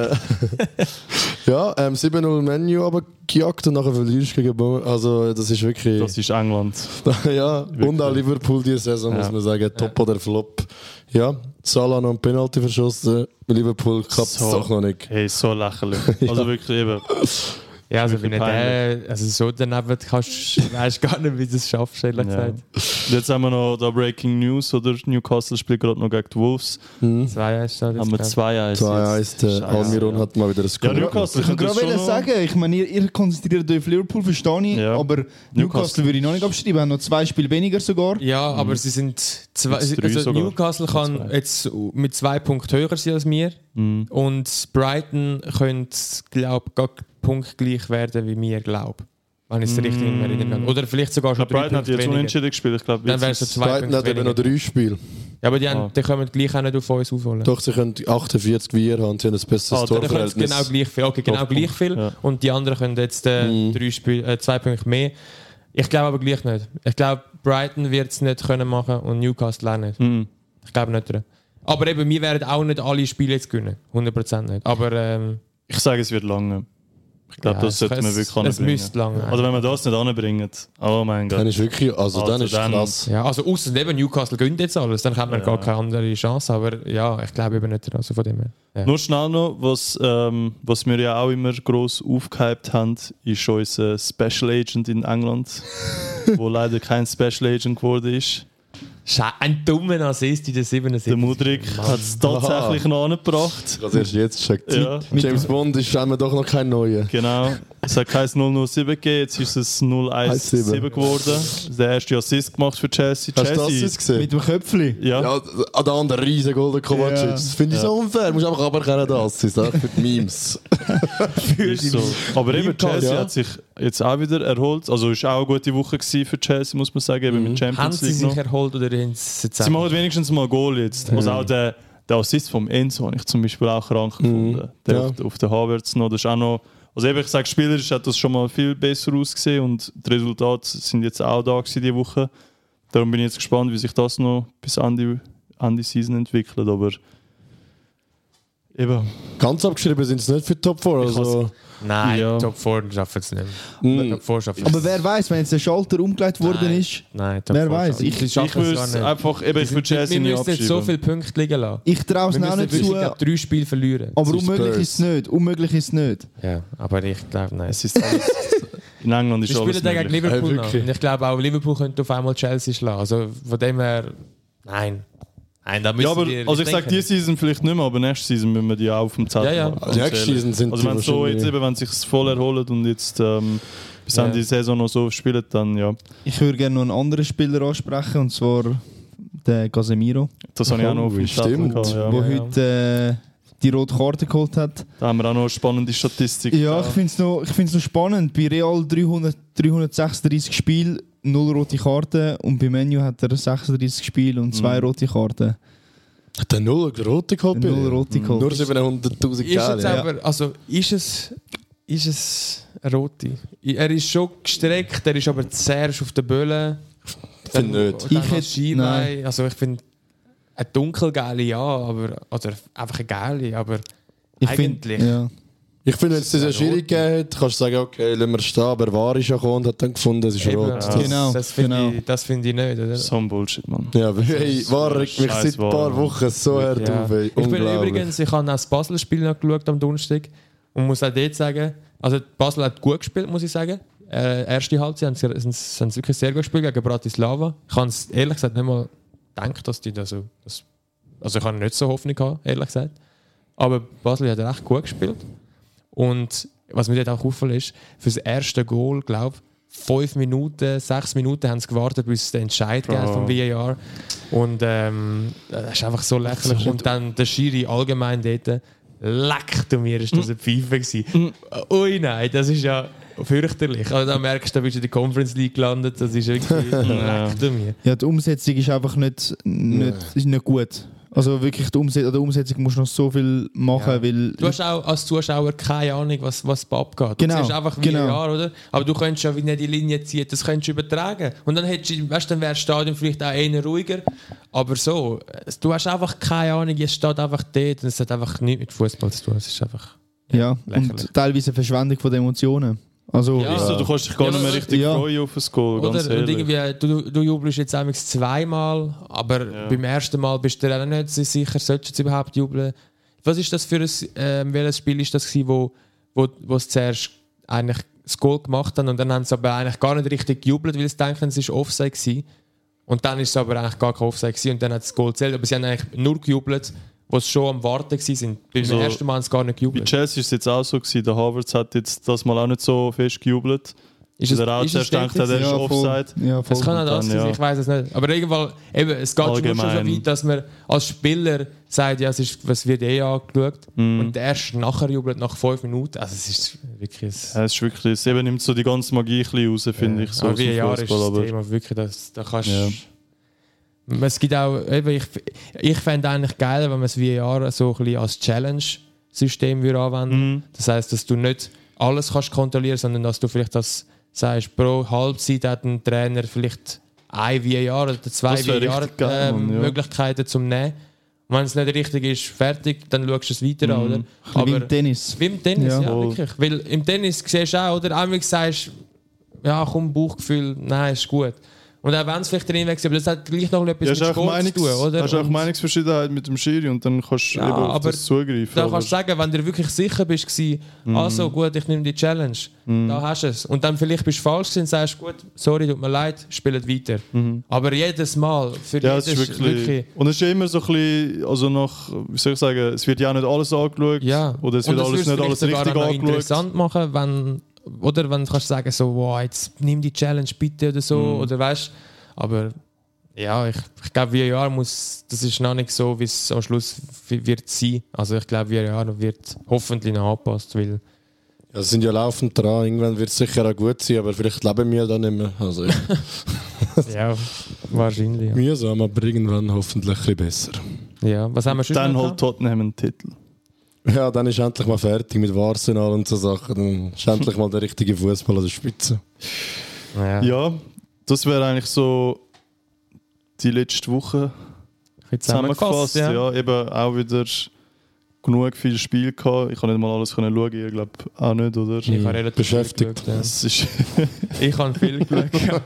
E: ja, ähm, 7-0 Menu aber gejagt und nachher verlierst du gegen Bournemouth. Also, das ist wirklich.
A: Das ist England.
E: ja, und auch Liverpool diese Saison,
A: Ja.
E: muss man sagen. Top oder Flop. Ja, Salah noch einen Penalty verschossen. Liverpool kappt es
A: So.
E: doch noch nicht.
A: Hey, so lächerlich. Also wirklich eben.
D: Ja, also wenn
A: Wirklich
D: nicht der, also so daneben kannst du, weißt gar nicht, wie du es schaffst, ehrlich
A: Ja.
D: gesagt.
A: Jetzt haben wir noch da Breaking News, oder? Newcastle spielt gerade noch gegen die Wolves.
E: Hm.
D: Zwei hast du da
A: Mhm. Haben wir 2-1.
E: 2-1, der
A: Scheiße,
E: Almiron
A: ja.
E: hat mal wieder ein Score. gemacht.
A: Newcastle,
C: Ich kann
A: könnte
C: gerade
A: das schon noch-
C: wollen sagen, ich meine, ihr, ihr konzentriert euch auf Liverpool, verstehe ich,
A: Ja.
C: aber Newcastle würde ich noch nicht abschreiben, haben noch zwei Spiele weniger sogar.
D: Ja, aber sie sind
A: Mhm.
D: zwei,
A: Jetzt drei
D: also
A: sogar.
D: Newcastle kann
A: Zwei.
D: jetzt mit zwei Punkten höher sein als wir
A: Mhm.
D: und Brighton könnte, glaube ich, punktgleich werden wie wir, glaube wenn ich es richtig
A: Mhm.
D: in Erinnerung habe. Oder vielleicht sogar
A: Ich
D: schon
A: glaube, Brighton hat jetzt
D: weniger.
A: unentschieden gespielt. Ich glaube,
D: Dann
A: jetzt
D: wären es
A: ist-
D: zwei
E: Brighton
D: Punkte
E: hat eben
D: weniger.
E: noch drei Spiele.
D: Ja, aber die,
A: Ah.
D: haben, die können gleich auch nicht auf uns aufholen.
E: Doch, sie können 48 wie wir haben, sie haben ein besseres
A: Ah, dann
D: Dann können sie
E: Torverhältnis.
D: genau gleich viel. Okay, genau
A: Doch,
D: gleich
A: Punkt.
D: viel.
A: Ja.
D: Und die anderen können jetzt äh,
E: Mhm.
D: drei Spiel, äh, zwei Punkte mehr. Ich glaube aber gleich nicht. Ich glaube, Brighton wird es nicht können machen und Newcastle auch nicht.
A: Mhm.
D: Ich glaube nicht dran. Aber eben, wir werden auch nicht alle Spiele jetzt gewinnen. 100% nicht. Aber ähm,
A: Ich sage, es wird lange. Ich glaube,
D: ja,
A: das sollte
D: es-
A: man wirklich
D: Es
A: anbringen.
D: müsste lange.
A: Also wenn man das nicht anbringen. Oh mein
E: Dann
A: Gott.
E: ist wirklich, also, dann
A: Also
E: ist
A: dann-
E: krass.
D: ja, also außer eben Newcastle gönnt jetzt alles, dann haben wir
A: Ja.
D: gar keine andere Chance. Aber ja, ich glaube eben nicht dran. Also von dem her. Ja.
A: Nur schnell noch, was, ähm, was wir ja auch immer gross aufgehypt haben, ist unser Special Agent in England, wo leider kein Special Agent geworden ist.
D: Sche- Ein dummer Assist in der 77.
A: Der Mudrik hat es tatsächlich noch angebracht.
E: Ich habe erst jetzt checkt.
A: Ja.
E: James Bond ist scheinbar doch noch kein neuer.
A: Genau. Es hat kein 007 gegeben, jetzt ist es 017
E: 1-7.
A: geworden. Der erste Assist gemacht für Chelsea.
E: Hast du das
A: Chelsea.
E: jetzt gesehen?
C: Mit dem Köpfli.
A: ja.
E: Ja, an der anderen riesen Golden Kovacic.
C: Ja.
E: Das finde ich so unfair. Musst einfach aberkennen, das ist auch für die Memes.
A: Ist so. Aber eben
E: Newcastle,
A: Chelsea
E: ja.
A: hat sich jetzt auch wieder erholt. Also ist auch eine gute Woche gewesen für Chelsea, muss man sagen, eben mit
D: Mhm. Haben
A: Champions
D: sie
A: League
D: sich
A: noch.
D: erholt oder haben sie es
A: Sie machen wenigstens mal Goal jetzt. Also auch der, der Assist vom Enzo habe ich zum Beispiel auch krank
D: Mhm.
A: gefunden. Der
E: Ja.
A: auf, auf den Havertz noch, das ist auch noch... Also eben, ich sage, spielerisch hat das schon mal viel besser ausgesehen und die Resultate sind jetzt auch da gewesen diese Woche. Darum bin ich jetzt gespannt, wie sich das noch bis Ende, Ende Season entwickelt, aber... Eben,
E: Ganz abgeschrieben sind es nicht für die Top 4. Also,
D: Nein,
A: Ja. Mhm.
D: Top 4 schaffen es nicht.
E: mh,
D: Top 4 schaffen es
C: Aber wer weiß, wenn jetzt der Schalter umgelegt worden
D: Nein.
C: ist,
D: Nein, Top
C: Wer
D: four
C: weiß,
D: schaffen-
C: ich-
D: Die schaffen
A: ich würde
D: es
A: es
D: gar nicht.
A: einfach... Eben, ich
D: Wir
A: würde
D: sind-
A: Chelsea
D: Wir
A: nicht
D: müssen
A: abschreiben.
D: jetzt so viele Punkte liegen lassen.
C: ich traue es
D: Wir
C: auch
D: müssen
C: nicht
D: wirklich
C: zu,
D: glaub, drei Spiele verlieren.
C: aber
E: Sie
C: unmöglich
E: Spurs.
C: ist es nicht. Unmöglich ist es nicht.
D: Ja, aber ich glaube, nein.
A: Es ist alles. In England ist
D: Wir
A: alles
D: spielen dann gegen
A: möglich.
D: Liverpool
E: Äh,
D: noch.
E: wirklich.
D: Und ich glaube auch, Liverpool könnte auf einmal Chelsea schlagen. Also von dem her, nein. Nein, da müssen
A: Ja, aber,
D: wir
A: also ich sage,
D: denken.
A: diese Season vielleicht nicht mehr, aber nächste Season müssen wir die auch auf dem Zettel
D: Ja, ja.
A: haben.
E: Also nächste Season sind
A: Also wenn
E: die
A: so
E: wahrscheinlich-
A: jetzt eben, wenn sich's voll erholt und jetzt ähm, bis
D: Ja.
A: Ende der Saison noch so spielen, dann ja.
C: Ich würde gerne noch einen anderen Spieler ansprechen, und zwar den Casemiro,
A: Das habe ich auch noch auf dem Zettel
E: Stimmt.
A: gehabt. Ja.
C: der
D: Ja, ja.
C: heute äh, die rote Karte geholt hat.
A: Da haben wir auch noch eine spannende Statistik.
C: Ja, ich finde es noch, ich find's noch spannend. Bei Real 300, 336 Spiele, 0 rote Karten und bei Menu hat er 36 Spiele und 2
D: Mhm.
C: rote Karten.
E: Hat der Null rote geholt? bei
C: 0
E: dir?
C: rote
D: Mhm.
C: Karten.
E: Nur 700'000
D: Ist jetzt
E: Geld.
D: aber, also ist es, ist es eine rote? Er ist schon gestreckt, er ist aber zuerst auf der Böhle.
E: Ich finde nicht.
C: Ich
D: Ich
C: hätte-
D: hätte, Also ich finde, eine dunkelgeile ja, aber, oder einfach eine geile, aber
C: Ich find-
D: eigentlich.
C: ja.
E: Ich finde, wenn es diese
D: Ja,
E: Jury
D: rote.
E: gegeben hat, kannst du sagen, okay, lassen wir stehen, aber war ist ja gekommen und hat dann gefunden, es ist
D: Eben,
E: rot.
D: also,
C: Genau,
D: das finde
C: genau.
D: ich, das finde ich nicht. Oder?
A: So ein Bullshit, Mann.
E: Ja, weil, hey, war regt mich
A: Scheiß
E: seit ein paar
A: Wahl.
E: Wochen so hart
D: Ja.
E: auf. Ey.
D: Ich bin
E: Unglaublich.
D: übrigens, ich habe auch das Basel-Spiel noch geschaut am Donnerstag und muss auch dort sagen, also Basel hat gut gespielt, muss ich sagen. Äh, erste Halbzeit haben sie, haben sie haben sie wirklich sehr gut gespielt gegen Bratislava. Ich habe es ehrlich gesagt nicht mal gedacht, dass die das so... Das, also ich habe nicht so Hoffnung gehabt, ehrlich gesagt. Aber Basel hat recht gut gespielt. Und was mir dort auch auffällt ist, für das erste Goal, glaube ich, fünf Minuten, sechs Minuten haben sie gewartet, bis es den Entscheid gab vom VAR. Und ähm, das ist einfach so lächerlich. Und dann der Schiri allgemein dort, leck du mir,
C: Mm.
D: ist das eine Pfeife gewesen. Ui nein, das ist ja fürchterlich. Also da merkst du, da bist du in der Conference League gelandet, das ist wirklich, leck du mir.
C: Ja, die Umsetzung ist einfach nicht, nicht, ist nicht gut. Also wirklich, die Umsetzung, an der Umsetzung musst du noch so viel machen,
D: Ja.
C: weil...
D: Du hast auch als Zuschauer keine Ahnung, was, was abgeht. Du
C: Genau,
D: siehst einfach wie
C: genau.
D: ein Jahr, oder? Aber du könntest ja, wenn er die Linie zieht, das könntest du übertragen. Und dann, hättest, du- weißt, dann wäre das Stadion vielleicht auch eher ruhiger. Aber so, es- du hast einfach keine Ahnung, es steht einfach dort und es hat einfach nichts mit Fußball zu tun. Es ist einfach...
C: ja,
D: lächerlich.
C: und teilweise Verschwendung von den Emotionen. Also...
D: Ja.
A: Weißt du, du kannst dich gar
D: Ja,
A: nicht mehr
D: aber-
A: richtig
C: Ja.
A: freuen auf das Goal,
D: Oder?
A: ganz
D: Und
A: ehrlich.
D: irgendwie, du, du jubelst jetzt einmal zweimal, aber beim ersten Mal bist du dir auch nicht so sicher, solltest du jetzt überhaupt jubeln. Was ist das für ein, ähm, welches Spiel ist das gewesen, wo, wo, wo sie zuerst eigentlich das Goal gemacht haben und dann haben sie aber eigentlich gar nicht richtig gejubelt, weil sie denken, es war Offside gewesen. Und dann ist es aber eigentlich gar kein Offside gewesen und dann hat das Goal gezählt, aber sie haben eigentlich nur gejubelt, wo sie schon am Warten gewesen sind. Beim
A: Also,
D: ersten Mal haben sie gar nicht
A: Bei
D: gejubelt.
A: Chelsea ist es jetzt auch so gewesen, der Havertz hat jetzt das Mal auch nicht so fest gejubelt.
D: Ist es-
A: der auch
D: ist es
A: zuerst
D: dort
A: gedacht hat, er
D: gewesen?
A: ist
C: Ja, voll.
A: offside.
C: Ja, voll.
D: Es kann auch das
A: dann,
D: sein,
A: ja.
D: ich weiß es nicht. Aber irgendwann, eben, es geht schon schon so
A: Allgemein.
D: weit, dass man als Spieler sagt, ja, es, ist, es wird eh angeschaut.
A: Mhm.
D: Und erst nachher jubelt nach fünf Minuten. Also es ist wirklich ein,
A: Ja, es ist wirklich, es eben nimmt so die ganze Magie ein bisschen raus, finde ich, so
D: aber
A: aus
D: wie ein
A: dem
D: Jahr ist
A: Fußball.
D: das
A: Aber
D: Thema wirklich, das, da kannst
A: Ja.
D: Es gibt auch, eben, ich, ich fände eigentlich geil, wenn man es wie ein Jahr so ein bisschen als Challenge-System würde anwenden
A: Mhm.
D: Das heißt, dass du nicht alles kannst kontrollieren, sondern dass du vielleicht das sagst, pro Halbzeit hat ein Trainer vielleicht ein VAR oder zwei
A: Das wär
D: VAR
A: richtig geil,
D: äh,
A: Mann, ja.
D: Möglichkeiten zum Nehmen. Und wenn es nicht richtig ist, fertig, dann schaust du es weiter
A: Mhm.
D: an, oder?
C: Wie
D: Aber
C: im Tennis.
D: wie im Tennis,
C: Ja.
D: ja,
A: Voll.
D: wirklich. Weil im Tennis siehst du auch, oder? Einmal sagst du, ja, komm, Bauchgefühl, nein, ist gut. Und auch wenn es vielleicht drin wäre, aber das hat gleich noch etwas
A: ja, hast
D: mit
A: auch
D: Sport zu
A: Meinungs-
D: tun, oder?
A: hast auch
D: Und-
A: Meinungsverschiedenheit mit dem Schiri und dann kannst du
D: Ja,
A: eben auf
D: aber
A: das zugreifen.
D: da
A: aber-
D: kannst du sagen, wenn du wirklich sicher bist, gsi,
A: Mhm.
D: also gut, ich nehme die Challenge, da hast du es. Und dann vielleicht bist du falsch gewesen und sagst, gut, sorry, tut mir leid, spielt weiter. Aber jedes Mal, für
A: Mhm. ja, es
D: jedes
A: ist wirklich, Und es ist ja immer so ein bisschen, also nach, wie soll ich sagen, es wird ja auch nicht alles angeschaut
D: ja.
A: oder es
D: Und
A: wird
D: das
A: alles
D: würd's
A: nicht
D: vielleicht
A: alles
D: sogar
A: richtig
D: auch noch
A: angeschaut.
D: interessant machen, wenn, oder wenn du kannst sagen, so, wow, jetzt nimm die Challenge bitte oder so,
A: Mhm.
D: oder weißt aber ja, ich, ich glaube, wie ein Jahr muss, das ist noch nicht so, wie es am Schluss wird sein. Also ich glaube, wie ein Jahr wird hoffentlich noch angepasst, weil
E: Ja, sie sind ja laufend dran. Irgendwann wird es sicher auch gut sein, aber vielleicht leben wir dann nicht mehr. Also, ich-
D: Ja, wahrscheinlich.
E: mühsam, aber irgendwann hoffentlich ein bisschen besser.
D: Ja. ja. Was haben wir schon
A: Dann holt Tottenham einen Titel.
E: Ja, dann ist endlich mal fertig mit Arsenal und so Sachen. Dann ist endlich mal der richtige Fußball an der Spitze.
D: Ja. ja.
A: halt- Ja, das wäre eigentlich so die letzte Woche zusammengefasst. Ja. eben auch wieder genug viel Spiel gehabt. Ich kann nicht mal alles können schauen, ihr glaubt auch nicht, oder?
D: Ich habe relativ
E: Mhm. Beschäftigt.
D: viel geschaut,
A: Es ist,
D: ja. Ich habe viel geschaut.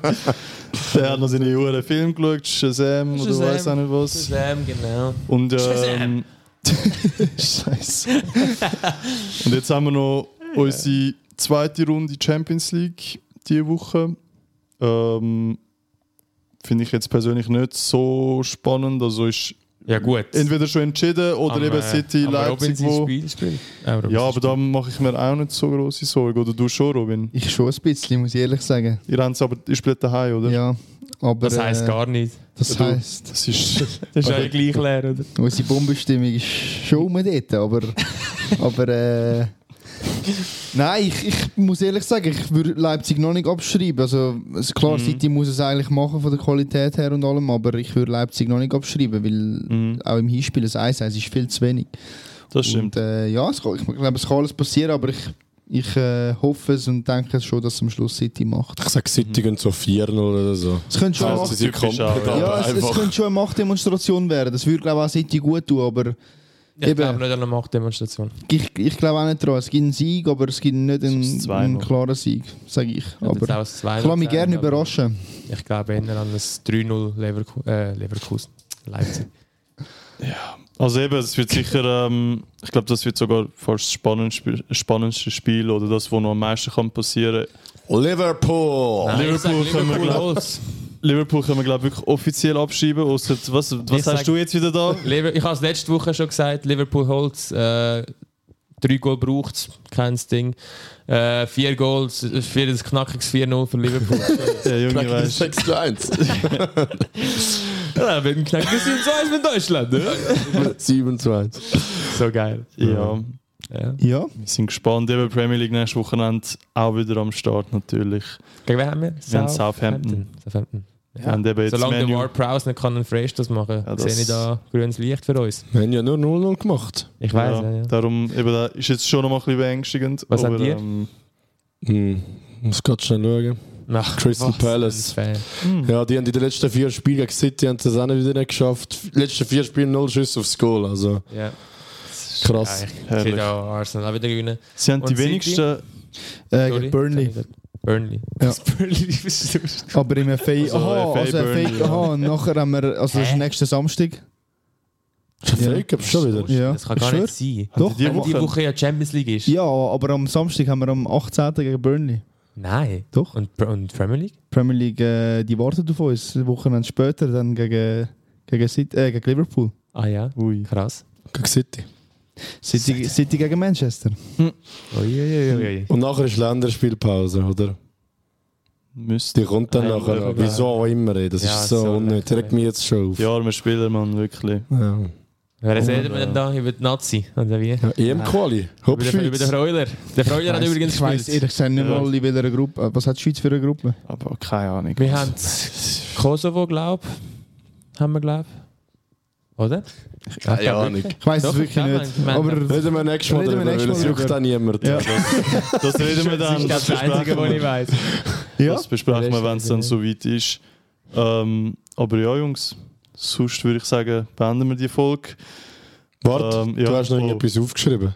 A: der hat noch seine Jahre Film geschaut, Shazam,
D: Shazam.
A: oder weiß auch nicht was.
D: Sam, genau.
A: Und ähm,
D: Shazam.
A: Scheiße. Und jetzt haben wir noch unsere zweite Runde Champions League diese Woche. Ähm, Finde ich jetzt persönlich nicht so spannend. Also ist
D: Ja, gut.
A: entweder schon entschieden oder
D: Am,
A: eben
D: äh,
A: City,
D: am Robin
A: Leipzig,
D: sein
A: wo...
D: Spiel spielt. Äh, Robin
A: Ja,
D: sein
A: aber da mache ich mir auch nicht so große Sorgen. Oder du schon, Robin?
C: Ich schon ein bisschen, muss ich ehrlich sagen.
A: Ihr habt es aber, ihr spielt daheim, oder?
C: Ja, aber...
D: Das heisst
C: äh,
D: gar nicht.
C: Das
A: Du-
C: heisst,
A: Das ist...
D: Das ist
A: Aber-
D: ja gleich leer, oder?
C: unsere Bombestimmung ist schon mal dort, aber... aber äh, nein, ich, ich muss ehrlich sagen, ich würde Leipzig noch nicht abschreiben. Also es- klar,
A: Mhm.
C: City muss es eigentlich machen von der Qualität her und allem, aber ich würde Leipzig noch nicht abschreiben, weil
A: Mhm,
C: auch im Hinspiel das 1-1 ist viel zu wenig.
A: das stimmt.
C: Und, äh, ja, es kann, ich glaube, es kann alles passieren, aber ich, ich äh, hoffe es und denke es schon, dass es am Schluss City macht.
E: Ich sage, City
D: Mhm.
E: gehen so 4-0 oder so.
C: Es könnte schon, eine
A: Ja,
C: Macht,
A: das ist typisch auch, ja.
C: ja, es, es könnte schon eine Machtdemonstration werden. Das würde, glaube ich, auch City gut tun, aber
D: Ich
C: Eben.
D: glaube nicht an eine Machtdemonstration.
C: ich, ich glaube auch nicht daran. Es gibt einen Sieg, aber es gibt nicht
A: ist
C: einen,
A: 2-0.
C: einen klaren Sieg, sage ich.
D: Ich würde jetzt auch ein 2-0
C: Aber ich lasse mich
D: sagen,
C: gerne
D: aber
C: überraschen.
D: Ich glaube eher an das 3-0 Leverku äh, Leverkusen. Leipzig.
A: Also eben, es wird sicher, ähm, ich glaube, das wird sogar fast das spannendste, spannendste Spiel oder das, was noch am meisten kann passieren kann.
E: Oh, Liverpool!
A: Liverpool können wir, glaub-
D: los.
A: Liverpool können wir, glaube ich, wirklich offiziell abschreiben. Ausser, was was
D: sag-
A: hast du jetzt wieder da?
D: Lever ich habe es letzte Woche schon gesagt, Liverpool holt es. Äh, drei Goal braucht es, kein Ding. Äh, vier Goals, äh, vier, ein knackiges 4-0 für Liverpool.
A: Der Junge
E: Knacken
A: weißt
E: 6 zu 1.
D: ja, mit dem Knack, wir sind 2 mit Deutschland. Ne?
E: 7 zu 1.
D: So geil.
A: Ja,
D: Ja.
C: Ja,
A: wir sind gespannt. Eben Premier League nächstes Wochenende auch wieder am Start natürlich.
D: Gegen wen haben wir?
A: Wir haben Southampton.
D: Southampton.
A: Ja. Und eben jetzt
D: Solange der
A: Manu-
D: Ward Prowse nicht kann, einen Fresh das machen,
A: Ja, das-
D: sehe ich da grünes Licht für uns.
E: Wir haben ja nur 0-0 gemacht.
D: Ich
A: ja,
D: weiß ja. Ja,
A: Darum eben, da ist jetzt schon noch mal ein bisschen beängstigend.
D: Was habt ihr?
A: Ähm,
E: Hm. Muss gerade schnell schauen.
D: Ach,
E: Crystal
D: was
E: Palace.
D: für ein Fan.
E: Ja, die haben in den letzten vier Spielen gegen City haben das auch nicht wieder nicht geschafft. Die letzten vier Spiele 0 Schüsse aufs Goal. Also
D: Ja.
E: krass.
D: Ja, ich
A: Herrlich.
D: sehe auch Arsenal auch wieder gewinnen.
A: Sie haben
D: Und
A: die
D: City?
A: wenigsten.
C: äh,
D: Sorry.
C: gegen Burnley.
D: Burnley.
C: Ja.
D: Burnley, was ist das?
C: Aber im FA.
A: Also,
C: aha,
A: FA
C: also FA,
A: Burnley,
C: aha, und nachher haben wir. Also, das ist
D: Hä?
C: nächsten Samstag. Ja.
E: Fake ja. schon wieder.
C: Ja.
D: Das kann gar
C: Schwör.
D: nicht sein.
A: Haben
C: Doch,
A: die die
D: Wenn die
A: Woche?
D: Woche ja Champions League ist.
C: Ja, aber am Samstag haben wir am 18. gegen Burnley.
D: Nein.
C: Doch.
D: Und, Pr- und Premier League?
C: Premier League, äh, die wartet auf uns. Ein Wochenende später dann gegen, gegen, City, äh, gegen Liverpool.
D: Ah ja.
A: Ui.
D: Krass.
E: Gegen City.
C: City, City gegen Manchester.
D: Uiuiuiui.
E: Und nachher ist Länderspielpause, oder?
A: Müsste.
E: Die kommt dann
D: Ja,
E: nachher.
D: ja.
E: Wieso auch immer, ey. das
D: Ja,
E: ist so,
D: so
E: unnötig.
D: nervig.
E: Regt mich jetzt schon auf.
A: Die armen Spieler, man, wirklich.
E: Ja.
D: Wer
C: Oh
A: Und,
D: reden wir denn da über die Nazi? Oder wie?
E: Ja, EM-Quali.
D: Über den, über den
E: Hauptschweiz.
D: Freuler. Der Freuler hat übrigens
C: ich weiß
D: gespielt.
C: ehrlich gesagt nicht
A: Ja.
C: mal, in welcher Gruppe. Was hat die Schweiz für eine Gruppe?
A: Aber keine Ahnung.
D: Wir haben Kosovo, glaube ich. Haben wir, glaube ich. Oder?
E: Keine Ahnung.
C: Ich weiß
D: Doch,
C: es
D: ich
C: wirklich
D: glaube,
C: nicht.
D: ich meine-
C: Aber
E: Reden wir nächstes Mal
C: Reden wir
E: darüber, weil
C: nächstes
E: es
C: Mal
E: juckt
C: drüber.
E: dann niemand.
C: Ja.
A: Das reden wir dann.
D: Das
A: Das
D: ist das Einzige,
A: besprechen
D: was ich
A: wir,
D: weiß.
C: ja,
A: das besprechen wir
D: Ja.
A: wenn es dann soweit ist. Ähm, aber ja, Jungs, sonst würde ich sagen, beenden wir die Folge.
E: Warte,
A: Ähm,
E: du
A: ja,
E: hast noch
A: voll.
E: irgendetwas aufgeschrieben.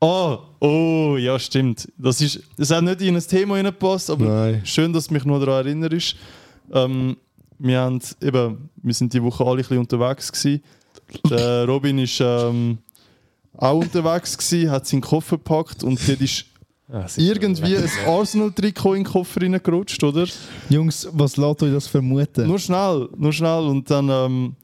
A: Ah, oh, ja, stimmt. Das, ist, das hat nicht in ein Thema hineingepasst, aber
E: Nein.
A: schön, dass du mich noch daran erinnerst. Ähm, wir, haben, eben, wir sind die Woche alle ein bisschen unterwegs. Gewesen. Der Robin ist ähm, auch unterwegs, gewesen, hat seinen Koffer gepackt und dort ist irgendwie ein Arsenal-Trikot in den Koffer reingerutscht, oder?
C: Jungs, was lässt euch das vermuten?
A: Nur schnell, nur schnell. Und dann ähm,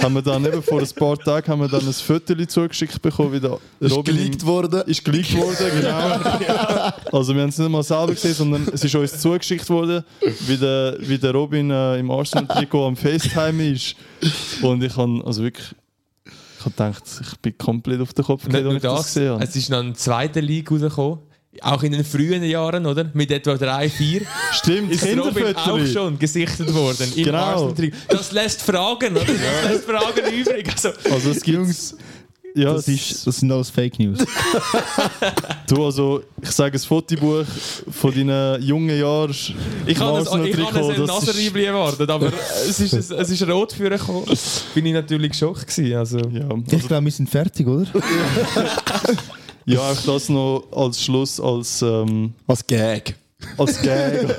A: haben wir dann eben vor ein paar Tagen haben wir dann ein Foto zugeschickt bekommen, wie der
E: Ist
A: Robin im-
E: geleakt worden.
A: ist geleakt worden, genau. Also wir haben es nicht mal selber gesehen, sondern es ist uns zugeschickt worden, wie der, wie der Robin äh, im Arsenal-Trikot am FaceTime ist. Und ich habe also wirklich ich hab gedacht, ich bin komplett auf den Kopf
D: Nicht
A: gegangen, als
D: nur
A: ich das
D: das,
A: gesehen habe.
D: es ist noch ein zweiter League rausgekommen. Auch in den frühen Jahren, oder? Mit etwa 3, 4.
A: Stimmt,
D: Ist Robin auch
A: Kinderfotos.
D: schon gesichtet worden. Im
A: Genau.
D: Arsenal-Trikot. Das lässt Fragen, oder? Das lässt Fragen übrig. Also,
A: Also es gibt...
C: Jungs,
A: Ja,
C: das, ist, das sind alles Fake News.
A: Du, also, ich sage, ein Fotobuch von deinen jungen Jahren.
D: ich habe es
A: Arsenal
D: ich habe
A: Trikot,
D: es in
A: das ist-
D: Nasseribli erwartet, aber es ist, es, es ist rot für ihn gekommen. Bin ich natürlich geschockt gewesen. Also.
A: Ja,
C: Ich glaube, wir sind fertig, oder?
A: ja, auch das noch als Schluss, als... Ähm,
E: Was Gag.
A: Als Gag.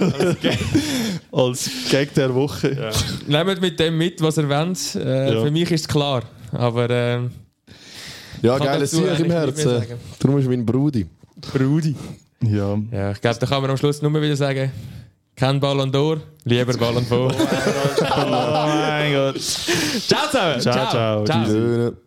A: Als Gag der Woche.
D: Nehmt mit dem mit, was er wollt. Äh,
A: Ja.
D: Für mich ist es klar. Aber ähm,
E: Ja,
D: kann
E: geiler
D: dazu
E: Sieg
D: eigentlich
E: im
D: nicht mehr
E: Herzen.
D: sagen.
E: Darum ist mein Brudi.
A: Brudi. Ja.
D: Ja, ich glaube, da kann man am Schluss nur wieder sagen, Kein Ballon d'Or, lieber Ballon d'Or.
A: Oh mein Gott.
D: ciao zusammen.
A: Ciao, ciao.
E: Löhne.